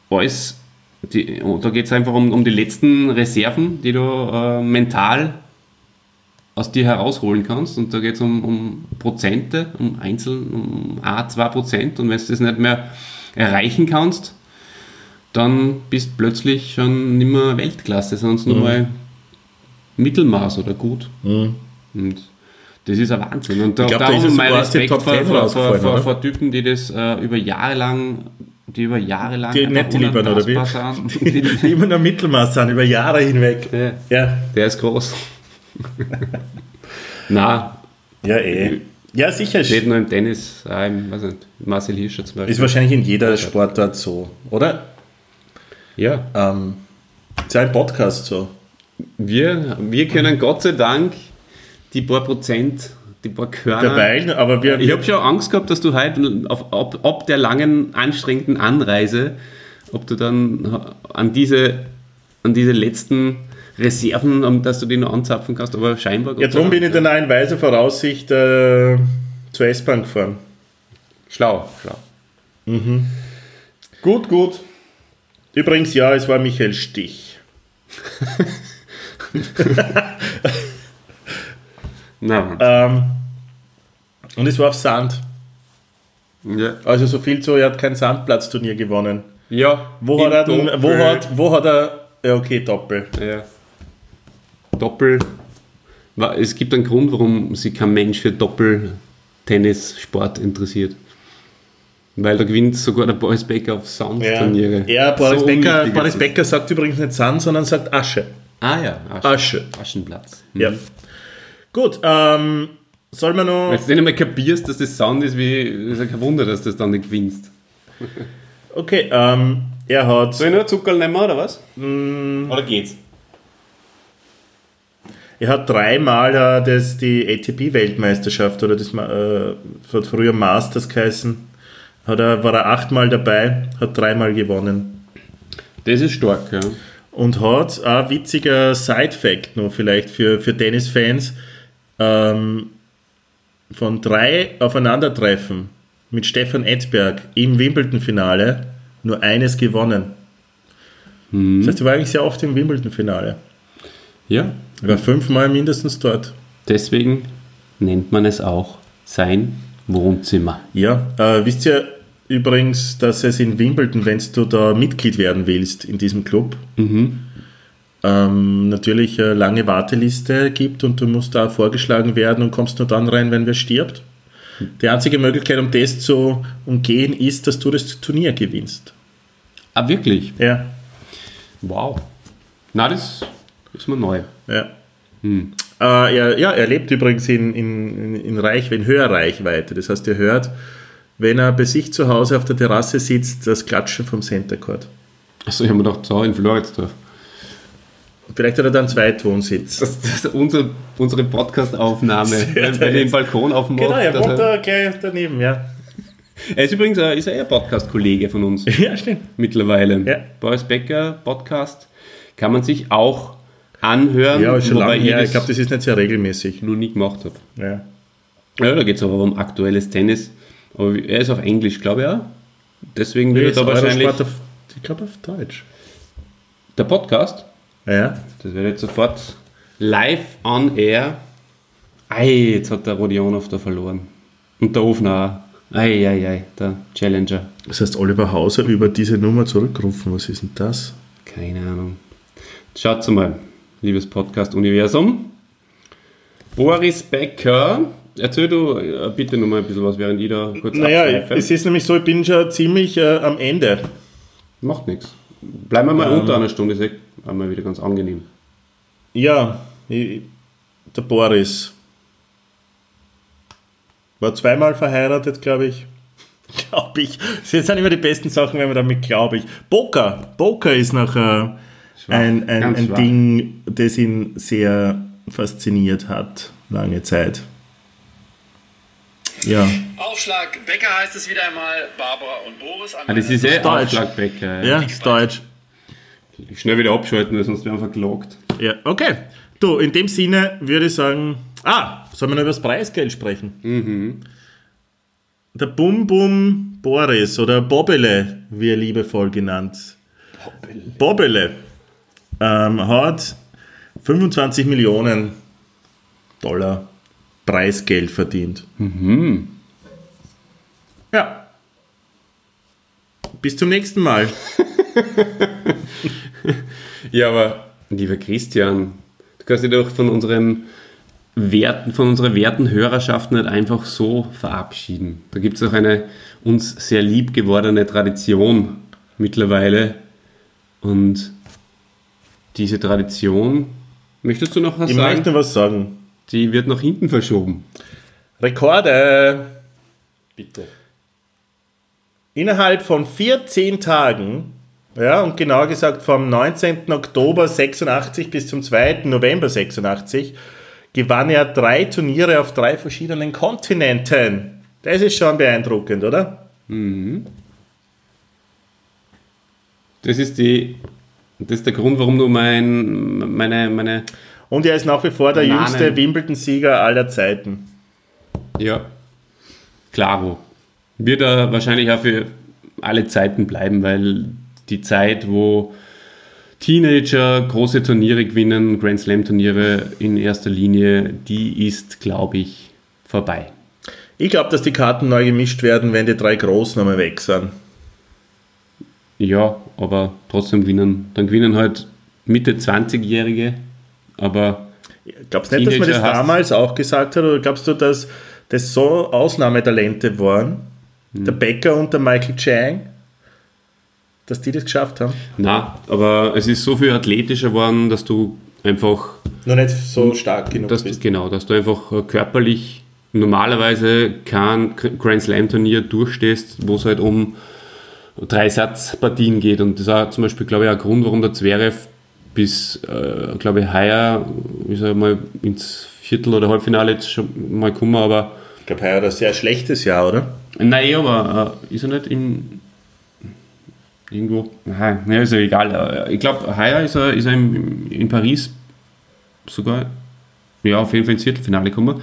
Speaker 1: alles, die, und da geht es einfach um, um die letzten Reserven, die du äh, mental aus dir herausholen kannst. Und da geht es um, um Prozente, um Einzeln, um A2 Prozent. Und wenn du das nicht mehr erreichen kannst, dann bist plötzlich schon nicht mehr Weltklasse, sondern
Speaker 2: Mhm.
Speaker 1: nur mal Mittelmaß oder gut. Und das ist ein Wahnsinn. Und da,
Speaker 2: Ich glaub, da ist
Speaker 1: darum
Speaker 2: es
Speaker 1: mein
Speaker 2: sogar aus den
Speaker 1: Respekt vor,
Speaker 2: Top Ten
Speaker 1: vor, vor,
Speaker 2: rausgefallen,
Speaker 1: vor,
Speaker 2: oder?
Speaker 1: vor Typen, die das äh, über Jahre lang, die über Jahre lang
Speaker 2: Die
Speaker 1: einfach
Speaker 2: nicht liefern, oder wie?
Speaker 1: unantastbar sind.
Speaker 2: <laughs>
Speaker 1: <laughs>
Speaker 2: Die immer nur Mittelmaß sind, über Jahre hinweg.
Speaker 1: Ja.
Speaker 2: Ja,
Speaker 1: Der
Speaker 2: <laughs>
Speaker 1: ist groß. Na,
Speaker 2: ja eh. Ja, sicher.
Speaker 1: nicht nur im Tennis, auch im, weiß nicht, Marcel Hirscher zum Beispiel.
Speaker 2: Ist wahrscheinlich in jeder Sportart so, oder?
Speaker 1: ja,
Speaker 2: Ähm, ist ja ein Podcast so.
Speaker 1: wir, wir können Gott sei Dank die paar Prozent, die paar Körner.
Speaker 2: Derweil, aber wir,
Speaker 1: Ich habe schon Angst gehabt, dass du heute, auf, ob, ob der langen, anstrengenden Anreise, ob du dann an diese, an diese letzten Reserven, um, dass du die noch anzapfen kannst, aber scheinbar.
Speaker 2: ja, darum bin ich dann auch in weiser Voraussicht äh, zur S-Bahn gefahren.
Speaker 1: Schlau, schlau.
Speaker 2: Gut, gut. Übrigens, ja, es war Michael Stich.
Speaker 1: Na,
Speaker 2: Ähm, und es war auf Sand.
Speaker 1: ja.
Speaker 2: Also so viel zu, er hat kein Sandplatzturnier gewonnen.
Speaker 1: ja.
Speaker 2: Wo
Speaker 1: im
Speaker 2: hat, er, denn- wo,
Speaker 1: Doppel.
Speaker 2: hat, wo hat er... Ja, okay, Doppel.
Speaker 1: Ja. Doppel. Wa- Es gibt einen Grund, warum sich kein Mensch für Doppel-Tennis-Sport interessiert. Weil da gewinnt sogar der Boris Becker auf
Speaker 2: Ja,
Speaker 1: Sound-Turniere.
Speaker 2: ja Boris,
Speaker 1: So
Speaker 2: Becker,
Speaker 1: wichtig
Speaker 2: Boris
Speaker 1: ist es.
Speaker 2: Becker sagt übrigens nicht Sand, sondern sagt Asche.
Speaker 1: Ah ja, Aschen,
Speaker 2: Asche.
Speaker 1: Aschenplatz.
Speaker 2: Ja. Gut, ähm, soll man noch...
Speaker 1: Wenn du nicht einmal kapierst, dass das Sound ist, wie, ist ja kein Wunder, dass du das dann nicht gewinnst.
Speaker 2: Okay, ähm, er hat...
Speaker 1: ich nur Zuckerl nehmen oder was? Hm. Oder geht's?
Speaker 2: Er hat dreimal äh, das, die ATP-Weltmeisterschaft oder das Ma- äh, hat früher Masters geheißen. Hat er, war er achtmal dabei, hat dreimal gewonnen.
Speaker 1: Das ist stark, ja.
Speaker 2: Und hat ein witziger Side-Fact noch vielleicht für, für Tennis-Fans. Ähm, von drei Aufeinandertreffen mit Stefan Edberg im Wimbledon-Finale nur eines gewonnen. Das heißt, er war eigentlich sehr oft im Wimbledon-Finale.
Speaker 1: Ja,
Speaker 2: Er war fünfmal mindestens dort.
Speaker 1: deswegen nennt man es auch sein Wohnzimmer.
Speaker 2: Ja, äh, wisst ihr übrigens, dass es in Wimbledon, wenn du da Mitglied werden willst in diesem Club, ähm, natürlich eine lange Warteliste gibt und du musst da vorgeschlagen werden und kommst nur dann rein, wenn wer stirbt. Die einzige Möglichkeit, um das zu umgehen, ist, dass du das Turnier gewinnst.
Speaker 1: Ah, wirklich?
Speaker 2: Ja,
Speaker 1: Wow. Na, das ist mir neu.
Speaker 2: ja. Äh, er, ja, er lebt übrigens in, in, in Reich, in höherer Reichweite. Das heißt, ihr hört, wenn er bei sich zu Hause auf der Terrasse sitzt, das Klatschen vom Center Court.
Speaker 1: Achso, ich habe mir gedacht, so in Floridsdorf.
Speaker 2: Vielleicht hat er dann einen Zweitwohnsitz.
Speaker 1: Das, das ist unser, unsere <laughs> Podcast-Aufnahme, wenn wenn ich den Balkon aufmache.
Speaker 2: Genau, er
Speaker 1: dass
Speaker 2: wohnt da
Speaker 1: er,
Speaker 2: gleich daneben, ja.
Speaker 1: er ist übrigens äh, ist er ein Podcast-Kollege von uns
Speaker 2: <laughs> Ja, stimmt.
Speaker 1: mittlerweile.
Speaker 2: Ja.
Speaker 1: Boris Becker Podcast kann man sich auch anhören,
Speaker 2: Ja, ist schon
Speaker 1: wobei
Speaker 2: lange
Speaker 1: ich
Speaker 2: her.
Speaker 1: das
Speaker 2: Ich glaube, das ist nicht sehr regelmäßig.
Speaker 1: noch nie gemacht habe.
Speaker 2: Ja.
Speaker 1: Ja, da geht es aber um aktuelles Tennis. Aber er ist auf Englisch, glaube ich, auch. Deswegen
Speaker 2: Nee,
Speaker 1: wird
Speaker 2: ist
Speaker 1: er wahrscheinlich...
Speaker 2: Eurosport auf, ich glaube auf Deutsch.
Speaker 1: Der Podcast,
Speaker 2: Ja,
Speaker 1: das werde ich jetzt sofort Live on air. Ei, jetzt hat der Rodionov da verloren. Und der Ofner auch. Ei, ei, ei, der Challenger.
Speaker 2: Das heißt, Oliver Hauser über diese Nummer zurückgerufen. Was ist denn das?
Speaker 1: Keine Ahnung. Schaut mal, liebes Podcast-Universum. Boris Becker. Erzähl du äh, bitte noch mal ein bisschen was, während ich da kurz
Speaker 2: Naja,
Speaker 1: abschweife.
Speaker 2: es ist nämlich so, ich bin schon ziemlich äh, am Ende.
Speaker 1: Macht nichts. Bleiben wir mal
Speaker 2: Ähm.
Speaker 1: unter einer Stunde, ist eh einmal wieder ganz angenehm.
Speaker 2: Ja, ich, der Boris. War zweimal verheiratet, glaube <laughs> ich. Glaube ich. Das sind immer die besten Sachen, wenn man damit glaube ich. Boca. Boca ist nachher ein, ein,
Speaker 1: Ganz
Speaker 2: ein
Speaker 1: schwach.
Speaker 2: Ding, das ihn sehr fasziniert hat, lange Zeit. Ja.
Speaker 5: Aufschlag Becker heißt es wieder einmal, Barbara und Boris.
Speaker 1: Ah, das ist eh
Speaker 2: Deutsch.
Speaker 1: Aufschlagbecker.
Speaker 2: Ja, ist deutsch.
Speaker 1: Schnell wieder abschalten, weil sonst werden wir verklagt.
Speaker 2: Ja, okay. Du, in dem Sinne würde ich sagen, ah, sollen wir noch über das Preisgeld sprechen? Der Bum Bum Boris oder Bobbele, wie er liebevoll genannt. Bobbele ähm, hat 25 Millionen Dollar Preisgeld verdient. Ja. Bis zum nächsten Mal.
Speaker 1: Ja, aber lieber Christian, du kannst dich doch von unserem Werten, von unserer werten Hörerschaft nicht einfach so verabschieden. Da gibt es auch eine uns sehr lieb gewordene Tradition mittlerweile. Und diese Tradition, möchtest du noch was
Speaker 2: Ich
Speaker 1: sagen?
Speaker 2: möchte was sagen.
Speaker 1: Die wird nach hinten verschoben.
Speaker 2: Rekorde.
Speaker 1: Bitte.
Speaker 2: innerhalb von 14 Tagen, ja, und genauer gesagt vom 19. Oktober 86 bis zum 2. November 86, gewann er drei Turniere auf drei verschiedenen Kontinenten. Das ist schon beeindruckend, oder?
Speaker 1: Das ist die. Das ist der Grund, warum du mein, meine, meine.
Speaker 2: Und er ist nach wie vor der
Speaker 1: Namen.
Speaker 2: jüngste Wimbledon-Sieger aller Zeiten.
Speaker 1: Ja. Klaro. Wird er wahrscheinlich auch für alle Zeiten bleiben, weil die Zeit, wo Teenager große Turniere gewinnen, Grand Slam-Turniere in erster Linie, die ist, glaube ich, vorbei.
Speaker 2: Ich glaube, dass die Karten neu gemischt werden, wenn die drei Großen einmal weg sind.
Speaker 1: Ja, aber trotzdem gewinnen. Dann gewinnen halt Mitte 20-Jährige, aber
Speaker 2: Glaubst du nicht, dass man das
Speaker 1: Teenager hast-
Speaker 2: damals auch gesagt hat? Oder glaubst du, dass das so Ausnahmetalente waren?
Speaker 1: Hm.
Speaker 2: Der Becker und der Michael Chang? Dass die das geschafft haben?
Speaker 1: Na, aber es ist so viel athletischer geworden, dass du einfach,
Speaker 2: Noch nicht
Speaker 1: Hm.
Speaker 2: so stark genug
Speaker 1: dass du,
Speaker 2: bist.
Speaker 1: genau, dass du einfach äh, körperlich normalerweise kein Grand Slam Turnier durchstehst, wo es halt um drei Satzpartien geht. Und das ist auch zum Beispiel, glaube ich, ein Grund, warum der Zverev bis, äh, glaube ich, heuer, wie soll ich mal, ins Viertel- oder Halbfinale jetzt schon mal kommen, aber
Speaker 2: Ich glaube, heuer hat er ein sehr schlechtes Jahr, oder?
Speaker 1: Nein, aber äh, ist er nicht im. Irgendwo. Nein, nee, ist ja egal. Äh, Ich glaube, heuer ist er, ist er im, im, in Paris sogar. Ja, auf jeden Fall ins Viertelfinale gekommen.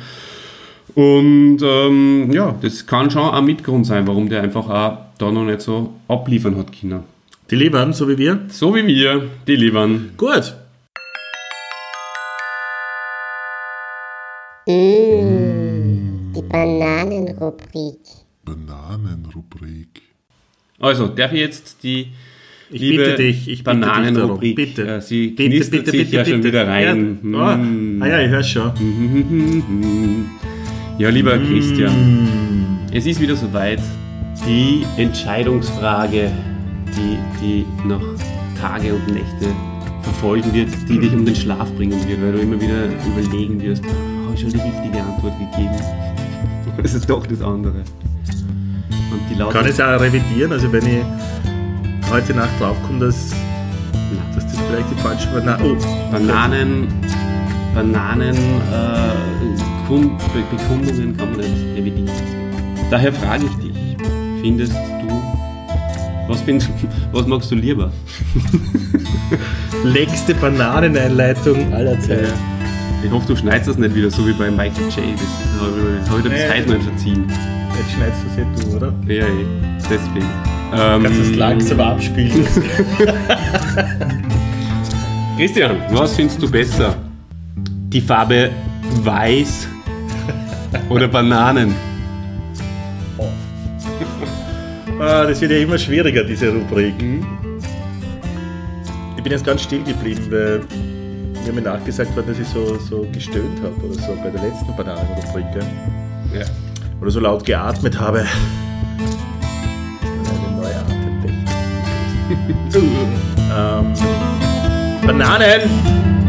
Speaker 1: Und ähm, ja, das kann schon ein Mitgrund sein, warum der einfach auch da noch nicht so abliefern hat, China.
Speaker 2: Die liefern, so wie wir.
Speaker 1: So wie wir, die liefern.
Speaker 2: Gut.
Speaker 3: Die Bananenrubrik.
Speaker 4: Bananenrubrik.
Speaker 1: Also, darf ich jetzt die
Speaker 2: Ich
Speaker 1: liebe
Speaker 2: bitte dich, ich bitte dich darum.
Speaker 1: Bananenrubrik.
Speaker 2: Bitte.
Speaker 1: Ja, sie knistert sich ja schon wieder rein. Hm.
Speaker 2: Ja. Ah,
Speaker 1: Mm.
Speaker 2: ah ja, ich höre schon.
Speaker 1: Ja, lieber Christian, es ist wieder soweit. Die Entscheidungsfrage, die, die noch Tage und Nächte verfolgen wird, die dich um den Schlaf bringen wird, weil du immer wieder überlegen wirst, habe ich schon die richtige Antwort gegeben? <laughs> Es ist doch das andere. Und die lautet,
Speaker 2: Kann ich es auch revidieren, also wenn ich heute Nacht draufkomme, dass, dass das vielleicht die falsche war. Nein, oh.
Speaker 1: Bananen, Bananen, äh, Kun- Be- Bekundungen kann man nicht revidieren. Daher frage ich dich, findest du, was, find, was magst du <laughs> lieber?
Speaker 2: längste Bananeneinleitung aller Zeiten.
Speaker 1: Äh, Ich hoffe, du schneidest das nicht wieder, so wie bei Michael J. Das habe ich, hab ich dir bis
Speaker 2: Nee.
Speaker 1: heute nicht verziehen.
Speaker 2: Jetzt schneidest du es ja du, oder?
Speaker 1: Ja, eh, deswegen. Ähm,
Speaker 2: Kannst du es langsam abspielen.
Speaker 1: Christian, was findest du besser? <laughs> die Farbe Weiß oder Bananen?
Speaker 2: Ah, das wird ja immer schwieriger, diese Rubrik.
Speaker 1: Mhm.
Speaker 2: Ich bin jetzt ganz still geblieben, weil mir mir nachgesagt worden, dass ich so, so gestöhnt habe oder so bei der letzten Bananenrubrik. gell?
Speaker 1: Ja.
Speaker 2: Oder so laut geatmet habe.
Speaker 1: <laughs>
Speaker 2: Das ist eine neue <laughs> Atemtechnik. ähm, Bananen!